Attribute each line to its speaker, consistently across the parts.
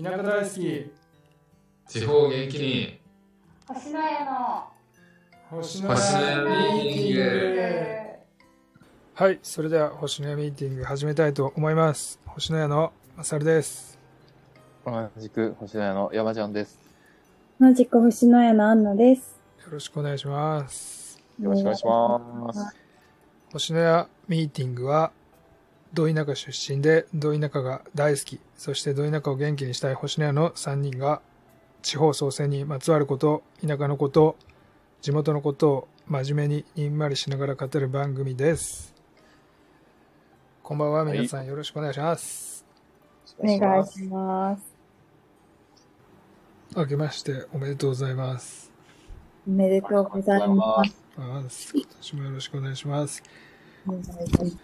Speaker 1: 田舎大好き
Speaker 2: 地方元気に
Speaker 3: 星の家の
Speaker 1: 星
Speaker 2: 野家ミーティング
Speaker 1: はいそれでは星のやミーティング始めたいと思います星のやのマサルです
Speaker 4: 同じく星野屋の山ちゃんです。
Speaker 5: 同じく星の家のアンナです。
Speaker 1: よろしくお願いします
Speaker 4: よろしくお願いします。
Speaker 1: 星のやミーティングは土田舎出身で土田舎が大好きそして土田舎を元気にしたい星のやの3人が地方創生にまつわること田舎のこと地元のことを真面目ににんまりしながら語る番組ですこんばんは皆さんよろしくお願いします、
Speaker 5: お願いします。
Speaker 1: 明けましておめでとうございます。
Speaker 5: おめでとうございます。
Speaker 1: あ今年もよろしくお願いします。
Speaker 5: お願いします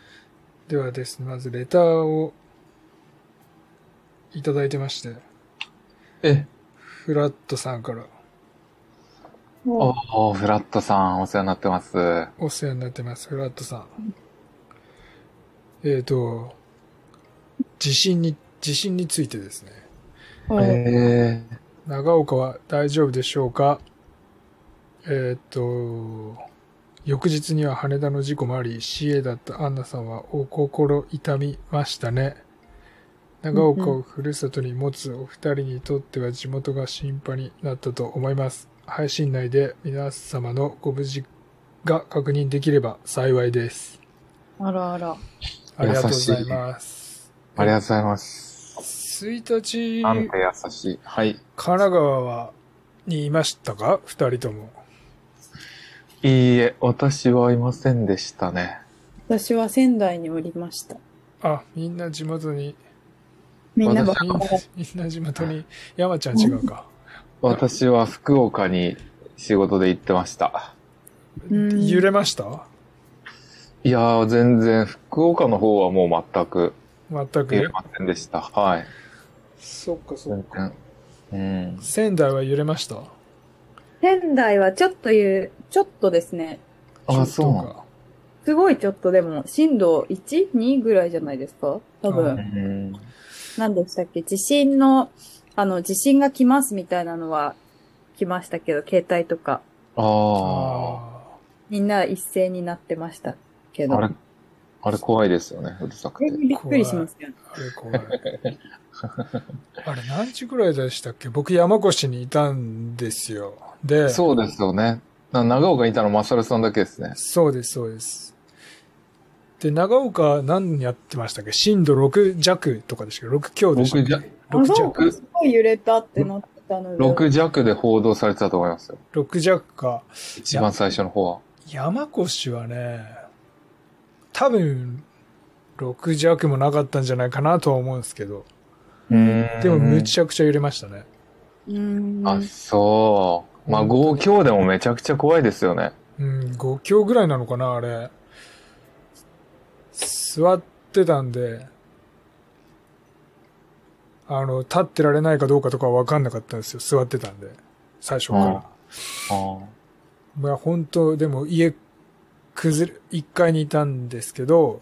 Speaker 1: ではですね、まずレターをいただいてまして、
Speaker 4: え、
Speaker 1: フラットさんから
Speaker 5: も
Speaker 4: おー、フラットさん、お世話になってます。は
Speaker 1: お世話になってます、フラットさん。えっ、と、地震に、地震についてですね。
Speaker 5: う
Speaker 4: え
Speaker 1: 長岡は大丈夫でしょうかえーっと、翌日には羽田の事故もあり、CA だったアンナさんはお心痛みましたね。長岡をふるさとに持つお二人にとっては地元が心配になったと思います。配信内で皆様のご無事が確認できれば幸いです。
Speaker 5: あらあら。
Speaker 1: ありがとうございます。
Speaker 4: ー、ありがとうございます。
Speaker 1: 1日、
Speaker 4: なん
Speaker 1: 神
Speaker 4: て優しい。はい。
Speaker 1: 奈川は、にいましたか二人とも。
Speaker 4: いいえ、私はいませんでしたね。
Speaker 5: 私は仙台におりました。
Speaker 1: あ、みんな地元に、
Speaker 5: みんなば
Speaker 4: 私
Speaker 1: みんなみんな地元に、山ちゃん違うか。
Speaker 4: 私は福岡に仕事で行ってました。
Speaker 5: うん
Speaker 1: 揺れました
Speaker 4: いやー、全然、福岡の方はもう全く
Speaker 1: 全
Speaker 4: 揺れ
Speaker 1: く。
Speaker 4: ませんでした。はい。
Speaker 1: そっかそ
Speaker 4: 全。然。うん。
Speaker 1: 仙台は揺れました
Speaker 5: 仙台はちょっという、ちょっとですね。
Speaker 4: あ、
Speaker 1: ちょ
Speaker 4: そう
Speaker 1: っ
Speaker 4: な
Speaker 1: と
Speaker 4: んだ
Speaker 1: か。
Speaker 5: すごいちょっとでも、震度 1?2 ぐらいじゃないですか多
Speaker 1: う
Speaker 5: 分。
Speaker 4: うん。
Speaker 5: 何でしたっけ地震の、あの、地震が来ますみたいなのは来ましたけど、携帯とか。
Speaker 4: ああ。
Speaker 1: あ
Speaker 5: みんな一斉になってましたけど。
Speaker 4: あれ、あれ怖いですよね、うるさく
Speaker 5: これ
Speaker 4: て。
Speaker 5: にびっくりしますよね。
Speaker 1: あ、あれ怖い。あれ何時ぐらいでしたっけ僕山越にいたんですよ。で、そう
Speaker 4: そうですよね。な長岡にいたのマサルさんだけですね。
Speaker 1: です、そうです。で、長岡何やってましたっけ震度6弱とかでしたっけ ?6 強でしたっけ
Speaker 5: あ、そう
Speaker 1: 弱
Speaker 5: か、すごい揺れたってなってたので。
Speaker 4: 6弱で報道されてたと思いますよ。
Speaker 1: ?6 弱か。
Speaker 4: 一番最初の方は。
Speaker 1: 山越はね、多分、6弱もなかったんじゃないかなとは思うんですけど、でもむちゃくちゃ揺れましたね。
Speaker 5: うーん。
Speaker 4: ゃあ、そう。まあ、5強でもめちゃくちゃ怖いですよね。
Speaker 1: うん、5強ぐらいなのかな、あれ。座ってたんで、あの、立ってられないかどうかとかは分かんなかったんですよ、座ってたんで、最初から。
Speaker 4: あ
Speaker 1: まあ本当、でも家、崩れ、1階にいたんですけど、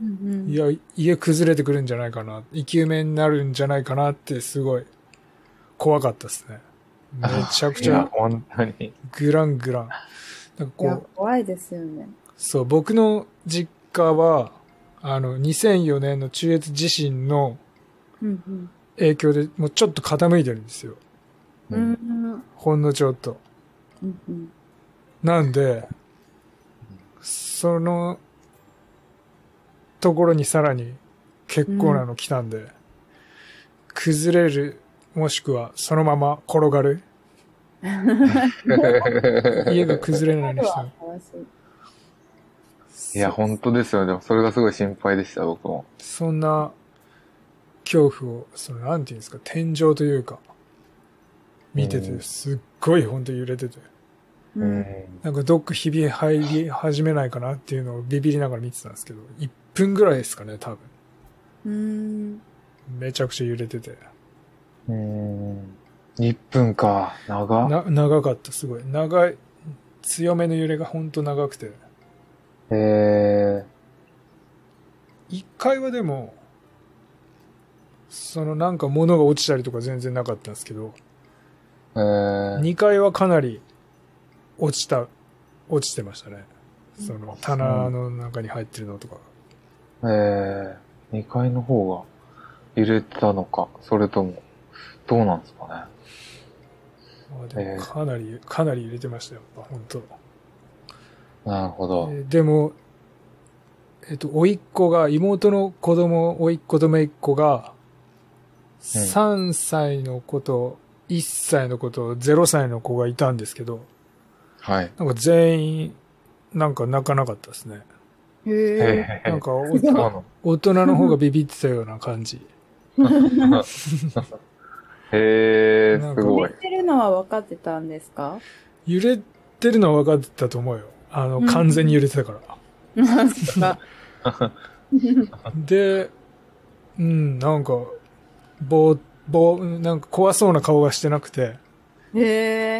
Speaker 5: うん
Speaker 1: いや、家崩れてくるんじゃないかな。生き埋めになるんじゃないかなって、すごい、怖かったですね。めちゃく
Speaker 4: い
Speaker 1: ち
Speaker 4: や、
Speaker 1: ゃ、
Speaker 4: 本当に。
Speaker 1: グラングラン。なんか
Speaker 5: い
Speaker 1: こ
Speaker 5: や
Speaker 1: う、
Speaker 5: 怖いですよね。
Speaker 1: そう、僕の実家は、あの、2004年の中越地震の
Speaker 5: うん
Speaker 1: 影響で、もうちょっと傾いてるんですよ。
Speaker 5: うん。うんうん
Speaker 1: ほんのちょっと。
Speaker 5: うんうん。
Speaker 1: なんで、その、ところにさらに結構なの来たんで、崩れる、もしくはそのまま転が る。家が崩れないようにした。
Speaker 5: 怖いし
Speaker 4: いや、本当ですよね。でも、それがすごい心配でした、僕も。
Speaker 1: そんな恐怖を、その、なんていうんですか、天井というか、見て
Speaker 4: う
Speaker 1: て、
Speaker 4: ん
Speaker 1: すっごい本当揺れてて、
Speaker 5: う。
Speaker 4: うんん。
Speaker 1: なんかどっかひび入り始めないかなっていうのをビビりながら見てたんですけど、1分ぐらいですかね、多分。
Speaker 5: うん。
Speaker 1: めちゃくちゃ揺れてて。
Speaker 4: うん。1分か。長っ。
Speaker 1: な、長かった、すごい。長い、強めの揺れが本当長くて。
Speaker 4: へえ
Speaker 1: 1階はでも、そのなんか物が落ちたりとか全然なかったんですけど、
Speaker 4: えー、
Speaker 1: 2階はかなり落ちた、落ちてましたね。その棚の中に入ってるのとか。
Speaker 4: えー、2階の方が揺れてたのか、それとも、どうなんですか
Speaker 1: まあで
Speaker 4: え
Speaker 1: も
Speaker 4: ー
Speaker 1: かなり、かなり入れてましたよ、やっぱ本当。
Speaker 4: ね。なるほど。
Speaker 1: えーでも、えっと、甥っ子が、妹の子供、甥っ子と姪っ子が、
Speaker 4: うん
Speaker 1: 3歳の子と1歳の子と0歳の子がいたんですけど、
Speaker 4: はい。
Speaker 1: なんか全員、なんか泣かなかったですね。
Speaker 5: へえ。
Speaker 4: え
Speaker 1: なんかお、
Speaker 5: すごい
Speaker 1: 大人の方がビビってたような感じ。
Speaker 4: へえ
Speaker 1: なん
Speaker 4: ー、
Speaker 1: か
Speaker 4: す
Speaker 5: 揺
Speaker 4: ご
Speaker 5: れ
Speaker 4: い。
Speaker 5: てるのは分かってたんですか
Speaker 1: 揺れてるのは分かってたと思うよ。あの、
Speaker 5: うん
Speaker 1: 完全に揺れてたから。
Speaker 5: なんか。
Speaker 1: で、うん、なんか、ぼー、ぼー、なんか怖そうな顔がしてなくて、
Speaker 5: へ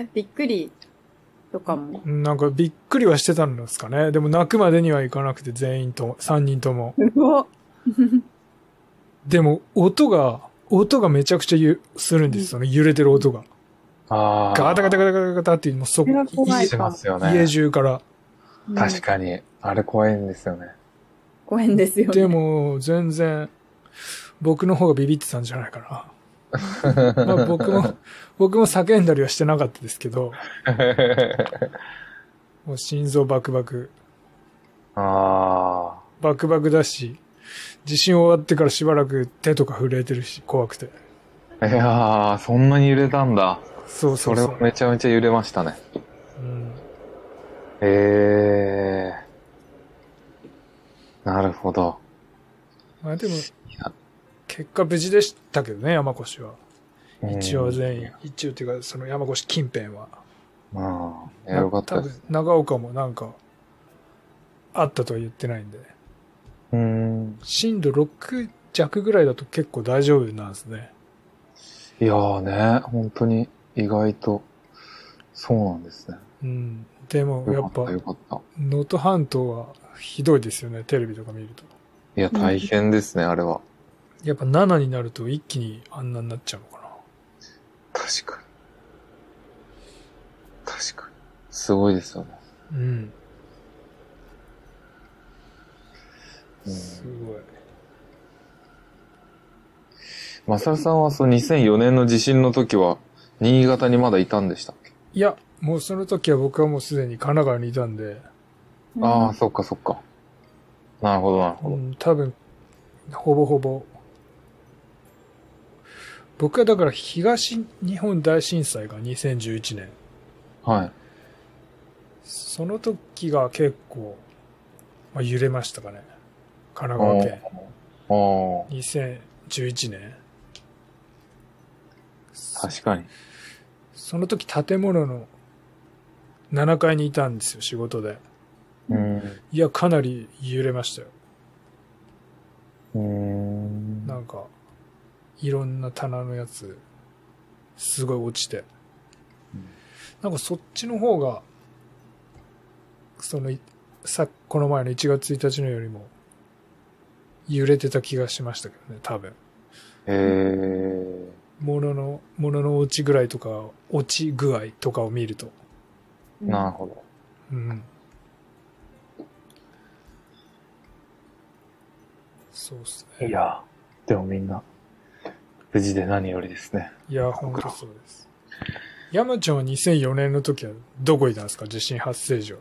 Speaker 5: え。びっくりとかも。
Speaker 1: なんかびっくりはしてたんですかね。でも泣くまでにはいかなくて全員とも、3人とも。
Speaker 5: すごっ。
Speaker 1: でも音が、音がめちゃくちゃゆするんです、その揺れてる音が。
Speaker 4: ああ。
Speaker 1: ガタガタガタガタガタって、もうそ
Speaker 5: それが
Speaker 1: こ、
Speaker 5: 怖い
Speaker 1: 家
Speaker 4: しますよね。
Speaker 1: 家中から。
Speaker 4: 確かに。あれ怖いんですよね。
Speaker 5: ご縁ですよね。
Speaker 1: でも、全然、僕の方がビビってたんじゃないかな。まあ僕も、僕も叫んだりはしてなかったですけど、もう心臓バクバク、
Speaker 4: あ
Speaker 1: バクバクだし、地震終わってからしばらく手とか震えてるし、怖くて。
Speaker 4: あ。いやー、そんなに揺れたんだ。
Speaker 1: そうそ
Speaker 4: そうれ
Speaker 1: そう。
Speaker 4: はめちゃめちゃ揺れましたね。
Speaker 1: うん
Speaker 4: へえー。なるほど。
Speaker 1: まあでも
Speaker 4: や、
Speaker 1: 結果無事でしたけどね、山越は。
Speaker 4: うん
Speaker 1: 一応全員。。一応っていうか、その山越近辺は。
Speaker 4: まあ、いやよかった
Speaker 1: 多
Speaker 4: で
Speaker 1: 分
Speaker 4: す。
Speaker 1: 長岡もなんか、あったとは言ってないんで。
Speaker 4: うーん。
Speaker 1: 震度6弱ぐらいだと結構大丈夫なんですね。
Speaker 4: いやーね、本当に意外と、そうなんですね。
Speaker 1: うん。でも、や
Speaker 4: よ
Speaker 1: っ
Speaker 4: かっ
Speaker 1: ぱ
Speaker 4: た、、よかった。
Speaker 1: 能登半島はひどいですよね、テレビとか見ると。
Speaker 4: いや、大変ですね、あれは。
Speaker 1: やっぱ7になると一気にあんなになっちゃうのか
Speaker 4: 確かに。確かに。すごいですよね。
Speaker 1: な。うん。
Speaker 4: うん
Speaker 1: すごい。
Speaker 4: マサルさんはその2004年の地震の時は、新潟にまだいたんでしたっけ、
Speaker 1: いや、もうその時は僕はもうすでに神奈川にいたんで、
Speaker 5: うん
Speaker 4: ああ、そっかそっか。なるほど、なるほ
Speaker 1: う
Speaker 4: ど。
Speaker 1: ん、多分、ほぼほぼ。僕はだから東日本大震災が2011年。
Speaker 4: はい。
Speaker 1: その時が結構、まあ、揺れましたかね。神奈川県。
Speaker 4: ああ、
Speaker 1: 2011年。
Speaker 4: 確かに。
Speaker 1: その時建物の7階にいたんですよ、仕事で。
Speaker 4: うん。
Speaker 1: いや、かなり揺れましたよ。
Speaker 4: うーん。
Speaker 1: なんか、いろんな棚のやつ、すごい落ちて
Speaker 4: うん。
Speaker 1: なんかそっちの方が、その、いさ、この前の1月1日のよりも、揺れてた気がしましたけどね、多分。
Speaker 4: へえ。
Speaker 1: 物の、物の落ちぐらいとか、落ち具合とかを見ると。
Speaker 4: なるほど。
Speaker 1: うん。そうっすね。
Speaker 4: いや、でもみんな、無事で何よりですね。
Speaker 1: いや、本当そうです。山ちゃんは2004年の時はどこいたんですか地震発生時は。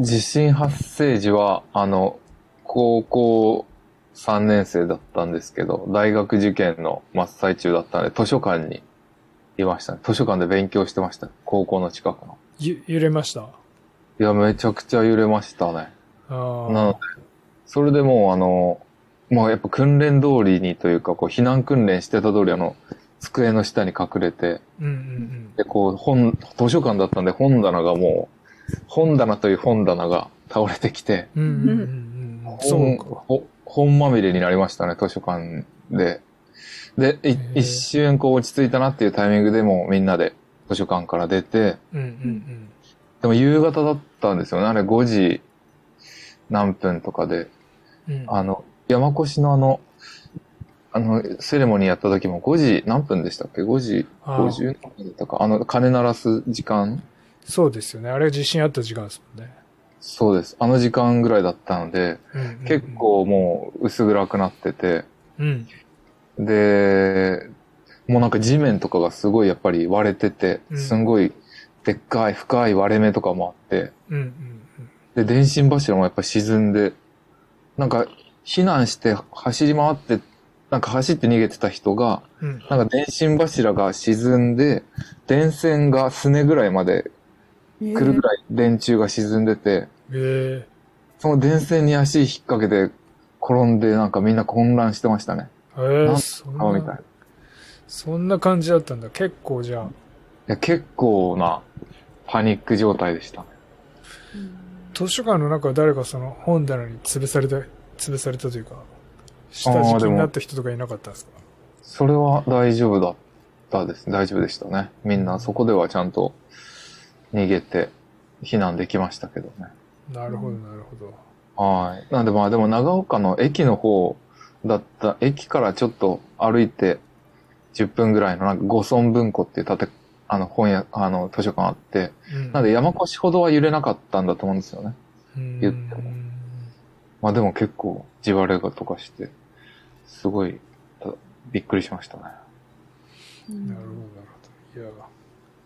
Speaker 4: 地震発生時は、あの、高校3年生だったんですけど、大学受験の真っ最中だったので、図書館にいましたね。図書館で勉強してました。高校の近くの。
Speaker 1: ゆ揺れましたあ
Speaker 4: いや、めちゃくちゃ揺れましたね。なの
Speaker 1: あ
Speaker 4: で、それでもうあの、まあやっぱ訓練通りにというか、こう避難訓練してた通りあの、机の下に隠れて、
Speaker 1: うんうん
Speaker 4: で、こう本、図書館だったんで本棚がもう、本棚という本棚が倒れてきて、
Speaker 1: うん。うんうんうんうん。そう
Speaker 4: 本
Speaker 1: か。
Speaker 4: ほ本まみれになりましたね、図書館で。で、い
Speaker 1: ー
Speaker 4: 一瞬こう落ち着いたなっていうタイミングでもうみんなで図書館から出て、
Speaker 1: うんうん
Speaker 4: でも夕方だったんですよね、あれ5時何分とかで。
Speaker 1: うん。うん。
Speaker 4: あの、山越のあの、あの、セレモニーやった時も5時、何分でしたっけ ?5 時
Speaker 1: あー
Speaker 4: 50分とか、あの、鐘鳴らす時間
Speaker 1: そうですよね。あれは地震あった時間ですもんね。
Speaker 4: そうです。あの時間ぐらいだったので、
Speaker 1: うんうんうん
Speaker 4: 結。構もう薄暗くなってて、
Speaker 1: うん。
Speaker 4: で、もうなんか地面とかがすごいやっぱり割れてて
Speaker 1: う、ん
Speaker 4: すんごいでっかい深い割れ目とかもあって、
Speaker 1: うんうん
Speaker 4: で、電信柱もやっぱ沈んで、なんか避難して走り回って、なんか走って逃げてた人が、
Speaker 1: うん。うん。
Speaker 4: なんか電信柱が沈んで、電線がすねぐらいまで
Speaker 5: 来
Speaker 4: 来るぐらい電柱が沈んでて、
Speaker 1: え
Speaker 4: その電線に足引っ掛けて転んでなんかみんな混乱してましたね。
Speaker 1: ー、え
Speaker 4: な
Speaker 1: ー、
Speaker 4: ん
Speaker 1: そん
Speaker 4: 顔みたい
Speaker 1: な、。そんな感じだったんだ。結構じゃあ、
Speaker 4: いや、結構なパニック状態でした。
Speaker 1: 図書館の中は誰かその本棚に潰された、潰されたというか、下敷きになった人とかいなかったんですか
Speaker 4: それは大丈夫だったですね。大丈夫でしたね。みんなそこではちゃんと逃げて避難できましたけどね。
Speaker 1: なるほど、なるほど。
Speaker 4: はい。なんでまあでも長岡の駅の方だった、駅からちょっと歩いて10分ぐらいのなんか五村文庫っていう建て、あの本屋、あの図書館あって、
Speaker 1: うん
Speaker 4: なんで山越ほどは揺れなかったんだと思うんですよね。
Speaker 1: うん
Speaker 4: 言ってもまあでも結構地割れがとかして、すごいたびっくりしましたね。
Speaker 1: なるほど、なるほど。いや、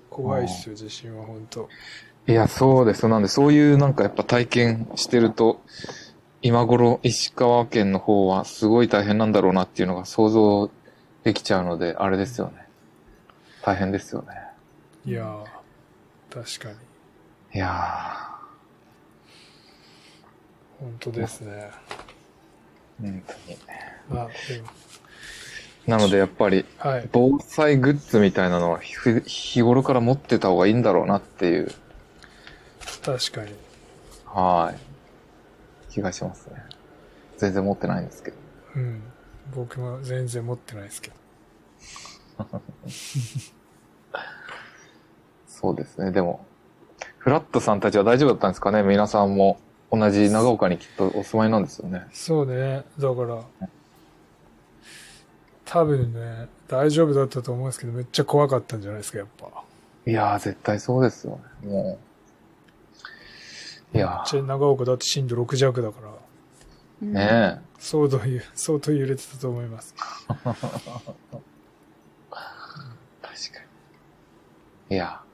Speaker 1: 怖いっすよ、地震は本当
Speaker 4: いや、そうです。なんで、そういうなんかやっぱ体験してると、今頃石川県の方はすごい大変なんだろうなっていうのが想像できちゃうので、あれですよね。大変ですよね。
Speaker 1: いやー、確かに。
Speaker 4: いや
Speaker 1: 本当ですね。
Speaker 4: ー、本当に。
Speaker 1: まあ、でも、
Speaker 4: なのでやっぱり、
Speaker 1: はい。
Speaker 4: 防災グッズみたいなのはひ日頃から持ってた方がいいんだろうなっていう、
Speaker 1: 確かに。
Speaker 4: はい。気がしますね。全然持ってないんですけど。
Speaker 1: うん。僕も全然持ってないですけど。
Speaker 4: そうですね。でも、フラットさんたちは大丈夫だったんですかね皆さんも同じ長岡にきっとお住まいなんですよね。
Speaker 1: そうね。だから、多分ね、大丈夫だったと思うんですけど、めっちゃ怖かったんじゃないですか、やっぱ。
Speaker 4: いやー、絶対そうですよね。もう。い
Speaker 1: め
Speaker 4: や
Speaker 1: っちゃ長岡だって震度6弱だから、
Speaker 5: う
Speaker 4: ー、
Speaker 5: ん
Speaker 4: ねえ。
Speaker 1: 相当ゆ、相当揺れ てたと思います。
Speaker 4: 確かに。いやー。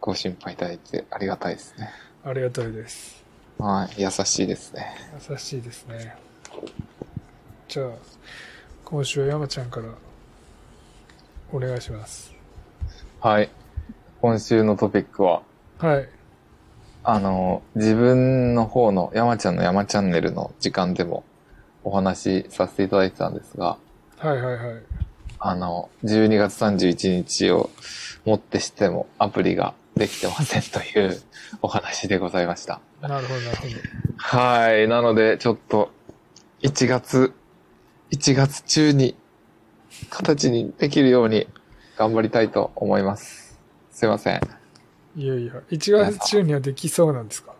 Speaker 4: ご心配いただいてありがたいですね。
Speaker 1: ありがたいです。
Speaker 4: はい。優しいですね。
Speaker 1: 優しいですね。じゃあ、今週は山ちゃんから、お願いします。
Speaker 4: はい。今週のトピックは、
Speaker 1: はい。
Speaker 4: あの、自分の方の山ちゃんの山チャンネルの時間でもお話しさせていただいてたんですが、
Speaker 1: はいはいはい。
Speaker 4: あの、12月31日をもってしてもアプリができてませんというお話でございました。
Speaker 1: なるほどなるほど。
Speaker 4: はい。なので、ちょっと、1月、1月中に、形にできるように頑張りたいと思います。すいません。
Speaker 1: いやいや、1月中にはできそうなんですか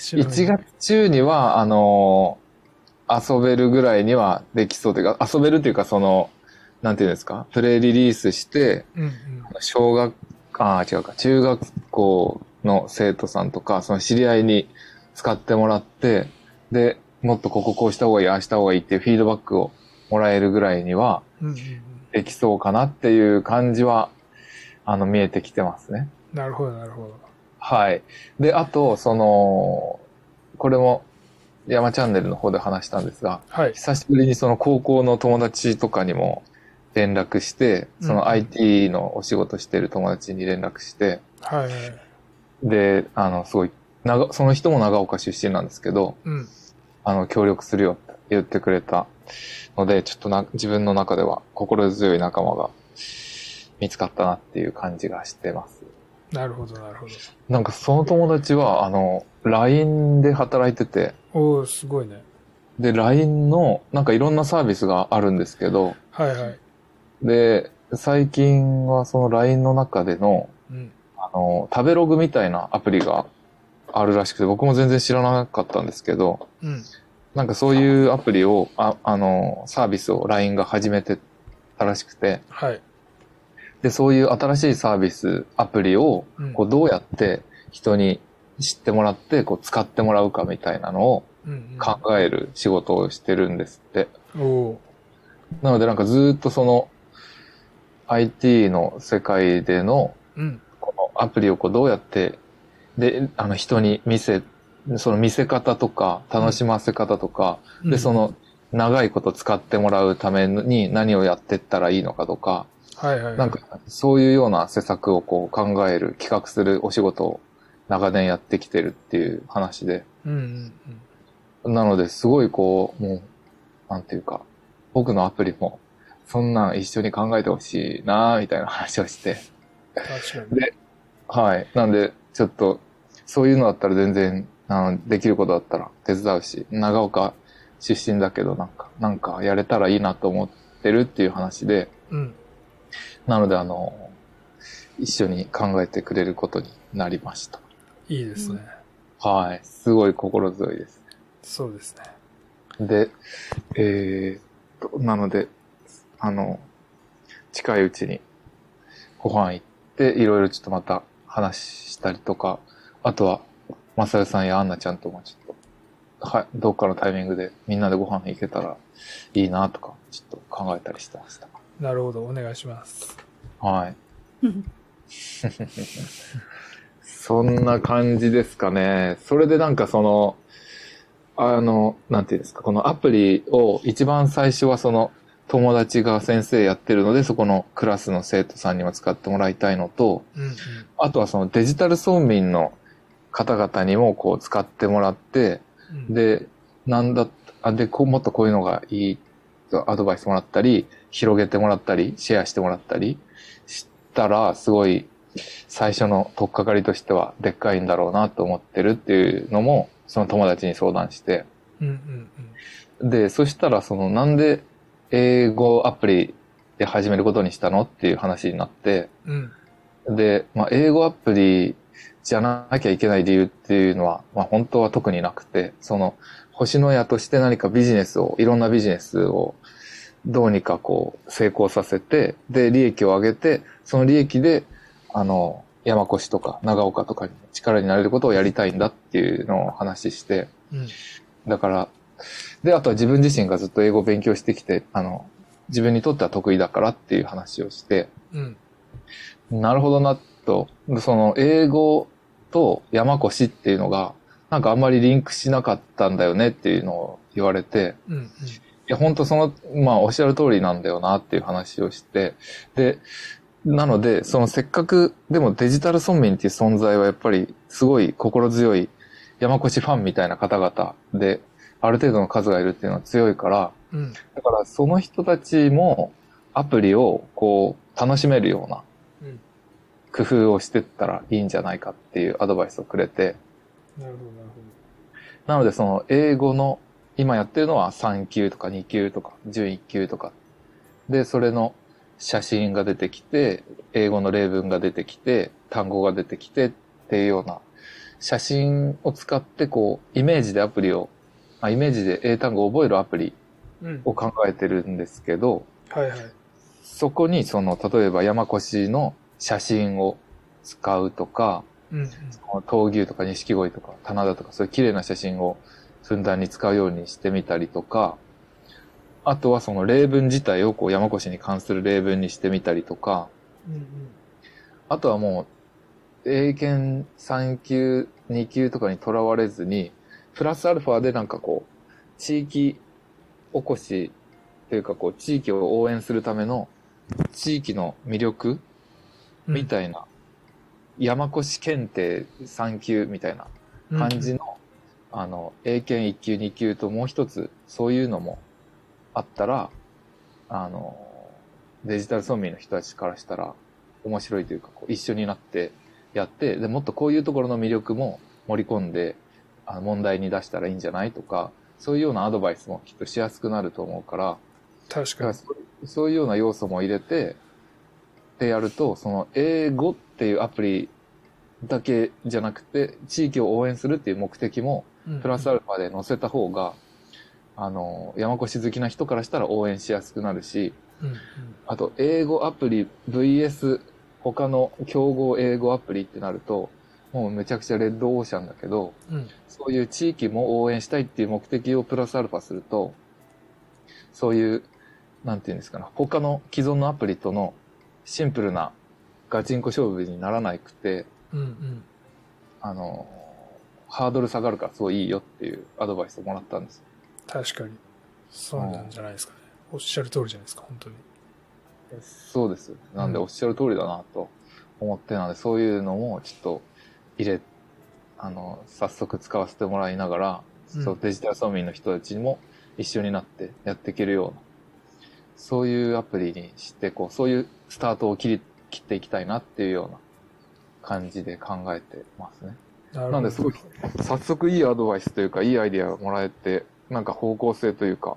Speaker 4: 1。月中には、あのー遊べるぐらいにはできそうというか、遊べるというか、その、なんていうんですか、プレイリリースして、
Speaker 1: うんうん。
Speaker 4: 小学、ああ、違うか、中学校の生徒さんとか、その知り合いに使ってもらって、で、もっとこここうした方がいい、ああした方がいいっていうフィードバックをもらえるぐらいには
Speaker 1: うんうんうん。
Speaker 4: できそうかなっていう感じは、あの、見えてきてますね。
Speaker 1: なるほどなるほ
Speaker 4: はい。で、あと、その、これも、山チャンネルの方で話したんですが、
Speaker 1: ど。はい。
Speaker 4: 久しぶりにその高校の友達とかにも連絡して、そ
Speaker 1: うん
Speaker 4: の IT のお仕事してる友達に連絡して、
Speaker 1: はいはい。
Speaker 4: で、あの、すごい、長その人も長岡出身なんですけど、
Speaker 1: うん。
Speaker 4: あの、協力するよって言ってくれたので、ちょっとな、自分の中では心強い仲間が見つかったなっていう感じがしてます。
Speaker 1: なるほどなるほど。
Speaker 4: なんかその友達は、あの、LINE で働いてて、
Speaker 1: おー、すごいね。
Speaker 4: で、LINE の、なんかいろんなサービスがあるんですけど、
Speaker 1: はいはい。
Speaker 4: で、最近はその LINE の中での、
Speaker 1: うん。
Speaker 4: あの、食べログみたいなアプリがあるらしくて、僕も全然知らなかったんですけど、
Speaker 1: うん。
Speaker 4: なんかそういうアプリを、ああの、サービスを LINE が始めてたらしくて、
Speaker 1: はい。
Speaker 4: で、そういう新しいサービス、アプリを、
Speaker 1: うん
Speaker 4: こうどうやって人に知ってもらって、こう使ってもらうかみたいなのを
Speaker 1: うん
Speaker 4: 考える仕事をしてるんですって。
Speaker 1: うん、おー
Speaker 4: なのでなんかずーっとその IT の世界での
Speaker 1: うん。
Speaker 4: このアプリをこうどうやってであの人に見せその見せ方とか楽しませ方とか、
Speaker 1: うん
Speaker 4: でそ、の長いこと使ってもらうために何をやってったらいいのかとか、
Speaker 1: はいはい。
Speaker 4: なん、かそういうような施策をこう考える企画するお仕事を長年やってきてるっていう話で
Speaker 1: うんうん
Speaker 4: なのですごいこう、もう、なんていうか、僕のアプリも、そんなん一緒に考えてほしいなぁみたいな話をして。
Speaker 1: うん。確かに。
Speaker 4: はい。なんで、ちょっと、そういうのだったら全然、あの、できることだったら手伝うし、長岡出身だけど、なんか、なんかやれたらいいなと思ってるっていう話で、
Speaker 1: うん。
Speaker 4: なので、あの、一緒に考えてくれることになりました。
Speaker 1: いいですね。
Speaker 4: はい。すごい心強いです。
Speaker 1: そうですね。
Speaker 4: で、えーっと、なので、あの、近いうちにご飯行って、いろいろちょっとまた話したりとか、あとは、まさよさんやアンナちゃんともちょっと、はい、どっかのタイミングでみんなでご飯行けたらいいなとか、ちょっと考えたりしてました。
Speaker 1: なるほど、お願いします。
Speaker 4: はい。そんな感じですかね。それでなんかその、あの、なんていうんですか、このアプリを一番最初はその友達が先生やってるので、そこのクラスの生徒さんにも使ってもらいたいのと、
Speaker 1: うんうん。
Speaker 4: あとはそのデジタル村民の方々にもこう使ってもらって、
Speaker 1: うん、
Speaker 4: で、なんだ、あ、で、こう、もっとこういうのがいいとアドバイスもらったり、広げてもらったり、シェアしてもらったりしたら、すごい、最初の取っかかりとしては、でっかいんだろうなと思ってるっていうのも、その友達に相談して、
Speaker 1: うんうん
Speaker 4: で、そしたら、その、なんで、英語アプリで始めることにしたのっていう話になって、
Speaker 1: うん。うん。
Speaker 4: で、まあ、英語アプリじゃなきゃいけない理由っていうのは、まあ、本当は特になくて、その、星のやとして何かビジネスを、いろんなビジネスを、どうにかこう、成功させて、で、利益を上げて、その利益で、あの、山越とか長岡とかに力になれることをやりたいんだっていうのを話して、
Speaker 1: うん。
Speaker 4: だから、で、あとは自分自身がずっと英語を勉強してきて、あの、自分にとっては得意だからっていう話をして、
Speaker 1: うん。
Speaker 4: なるほどなと、その英語と山越っていうのが、なんかあんまりリンクしなかったんだよねっていうのを言われて、
Speaker 1: うん。うん。
Speaker 4: いや、本当その、まあ、おっしゃる通りなんだよなっていう話をして、で、なので、そのせっかく、でもデジタル村民っていう存在はやっぱりすごい心強い山越ファンみたいな方々で、ある程度の数がいるっていうのは強いから、
Speaker 1: うん。
Speaker 4: だからその人たちもアプリをこう楽しめるような
Speaker 1: うん
Speaker 4: 工夫をしてったらいいんじゃないかっていうアドバイスをくれて、
Speaker 1: なるほど、なるほ
Speaker 4: なのでその英語の今やってるのは3級とか2級とか11級とか。で、それの写真が出てきて、英語の例文が出てきて、単語が出てきてっていうような写真を使ってこうイメージでアプリを、あイメージで英単語を覚えるアプリ
Speaker 1: ど。うん。
Speaker 4: を考えてるんですけど、
Speaker 1: はいはい。
Speaker 4: そこにその、例えば山越の写真を使うとか、
Speaker 1: うんうん。
Speaker 4: 闘牛とか錦鯉とか棚田とかそういう綺麗な写真をふんだんに使うようにしてみたりとか、あとはその例文自体をこう山越に関する例文にしてみたりとか、
Speaker 1: うんうん。
Speaker 4: あとはもう、英検3級、2級とかにとらわれずに、プラスアルファでなんかこう、地域おこしというかこう、地域を応援するための、地域の魅力
Speaker 1: うん
Speaker 4: みたいな、山越検定3級みたいな感じの、あの、英検1級、2級ともう一つ、そういうのもあったら、あの、デジタル村民の人たちからしたら面白いというか、こう一緒になってやって、で、もっとこういうところの魅力も盛り込んで、あの問題に出したらいいんじゃないとか、そういうようなアドバイスもきっとしやすくなると思うから、
Speaker 1: 確
Speaker 4: だか
Speaker 1: から
Speaker 4: そうそういうような要素も入れて、でやると、その英語っていうアプリだけじゃなくて、地域を応援するっていう目的も、
Speaker 1: に。
Speaker 4: プラスアルファで載せた方が、あの、山越好きな人からしたら応援しやすくなるし、
Speaker 1: うんうん
Speaker 4: あと、英語アプリ VS 他の競合英語アプリってなると、もうめちゃくちゃレッドオーシャンだけど、
Speaker 1: うん
Speaker 4: そういう地域も応援したいっていう目的をプラスアルファすると、そういう、なんていうんですかね、他の既存のアプリとのシンプルなガチンコ勝負にならなくて、
Speaker 1: うんうん
Speaker 4: あの、ハードル下がるからすごいいいよっていうアドバイスをもらったんです。
Speaker 1: 確かにそうなんじゃないですかねおっしゃる通りじゃないですか本当に
Speaker 4: そうです。なんで
Speaker 1: うん
Speaker 4: おっしゃる通りだなと思って、なのでそういうのもちょっと入れ、あの、早速使わせてもらいながら、
Speaker 1: うん
Speaker 4: そうデジタル村民の人たちにも一緒になってやっていけるような、そういうアプリにして、こう、そういうスタートを切り、切っていきたいなっていうような感じで考えてますね。
Speaker 1: なる
Speaker 4: なんですごい、早速いいアドバイスというか、いいアイディアをもらえて、なんか方向性というか、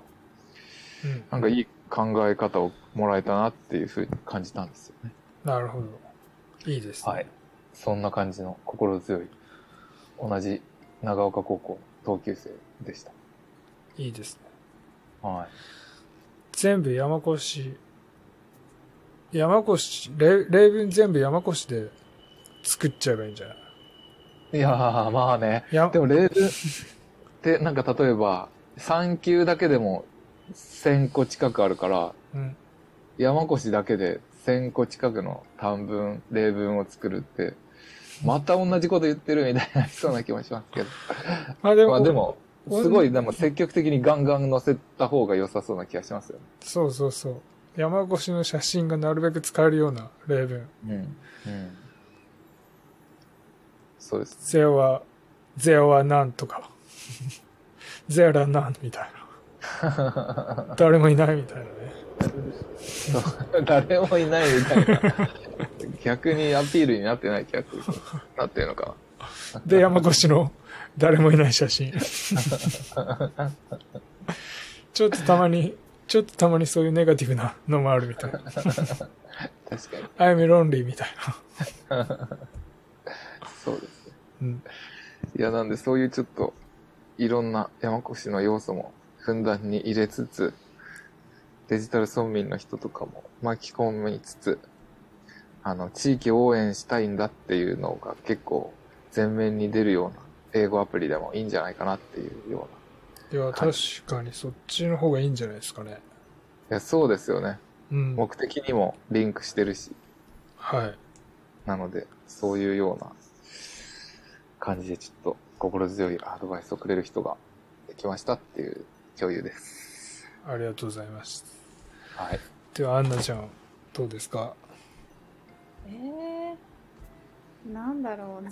Speaker 1: うん
Speaker 4: なんかいい考え方をもらえたなっていうふうに感じたんですよね。
Speaker 1: なるほどいいですね、
Speaker 4: はい。そんな感じの心強い、同じ長岡高校の同級生でした。
Speaker 1: い、いですね
Speaker 4: は
Speaker 1: 全部山越山越例例文全部山越で作っちゃえばいいんじゃない
Speaker 4: い。いやー、まあね。
Speaker 1: や
Speaker 4: でも、例文って、なんか例えば、3級だけでも1000個近くあるから、
Speaker 1: うん
Speaker 4: 山越だけで1000個近くの短文、例文を作るって、また同じこと言ってるみたいになりそうな気もしますけど。
Speaker 1: まあで
Speaker 4: ま
Speaker 1: も
Speaker 4: あでも、すごい、でも積極的にガンガン載せた方が良さそうな気がしますよね。
Speaker 1: そうそうそう山越の写真がなるべく使えるような例文
Speaker 4: うん。そうです。
Speaker 1: ゼオは、ゼオはなんとか。ゼラなんみたいな。誰もいないみたいなね。
Speaker 4: 誰もいないみたいな。 逆にアピールになってない気がする。なってるのか
Speaker 1: で、山越の誰もいない写 真。ちょっとたまに、ちょっとたまにそういうネガティブなのもあるみたいな。
Speaker 4: な。確かに。
Speaker 1: I'm lonely みたいな。
Speaker 4: そうですね。
Speaker 1: うん、
Speaker 4: いや、なんでそういうちょっと、いろんな山越の要素もふんだんに入れつつ、デジタル村民の人とかも巻き込みつつ、あの、地域を応援したいんだっていうのが結構前面に出るような英語アプリでもいいんじゃないかなっていうような。
Speaker 1: いや、確かにそっちの方がいいんじゃないですかね。
Speaker 4: いや、そうですよね。
Speaker 1: うん。
Speaker 4: 目的にもリンクしてるし、
Speaker 1: はい。
Speaker 4: なので、そういうような感じでちょっと心強いアドバイスをくれる人ができましたっていう共有です。
Speaker 1: ありがとうございます。
Speaker 4: はい。
Speaker 1: では、アンナちゃん、どうですか
Speaker 5: えー、なんだろうな。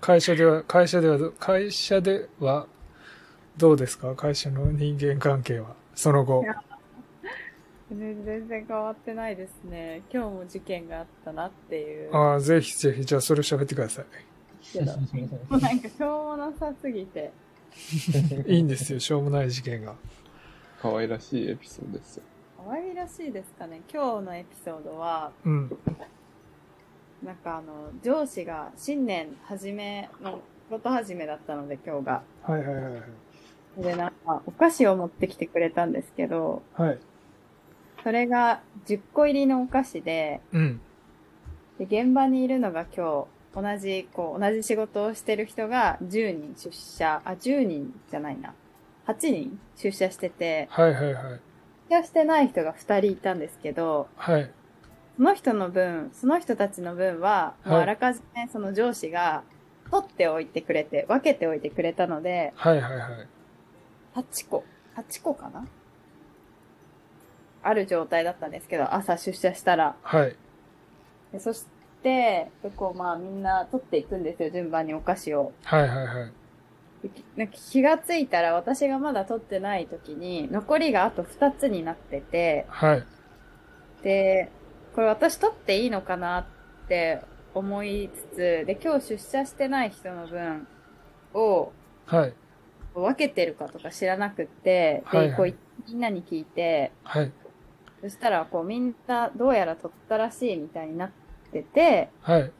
Speaker 1: 会社では、会社ではど、会社では、どうですか会社の人間関係は。その後
Speaker 5: い。や全全然変わってないですね。今日も事件があったなっていう。
Speaker 1: ああ、ぜひぜひ、じゃあそれ喋ってくださ
Speaker 5: けど。もうなんかしょうもなさすぎて。
Speaker 1: い。いいんですよ、しょうもない事件が。
Speaker 4: 可愛らしいエピソードですよ。
Speaker 5: 可愛らしいですかね。今日のエピソードは、
Speaker 1: うん。
Speaker 5: なんかあの、上司が新年初めの、仕事始めだったので今日が。
Speaker 1: はいはいはいはい。
Speaker 5: で、なんか、お菓子を持ってきてくれたんですけど、
Speaker 1: はい。
Speaker 5: それが10個入りのお菓子で、
Speaker 1: うん。
Speaker 5: で現場にいるのが今日、同じ、こう、同じ仕事をしてる人が10人出社、あ、10人じゃないな。8人出社してて、
Speaker 1: はいはいはい。
Speaker 5: 出社してない人が2人いたんですけど、
Speaker 1: はい。
Speaker 5: その人の分、その人たちの分は、
Speaker 1: はい
Speaker 5: もうあらかじめその上司が取っておいてくれて、分けておいてくれたので、
Speaker 1: はいはいはい。
Speaker 5: 8個、8個かなある状態だったんですけど、朝出社したら。
Speaker 1: はい。
Speaker 5: でそして、結構まあみんな取っていくんですよ、順番にお菓子を。
Speaker 1: はいはいはい。
Speaker 5: できなんか気がついたら私がまだ取ってない時に、残りがあと2つになってて、
Speaker 1: はい。
Speaker 5: で、これ私取っていいのかなって思いつつ、で、今日出社してない人の分を
Speaker 1: はい。
Speaker 5: 分けてるかとか知らなくって、で、
Speaker 1: はいはい
Speaker 5: こうみんなに聞いて、
Speaker 1: はい。
Speaker 5: そしたらこうみんなどうやら取ったらしいみたいになってて、
Speaker 1: はい。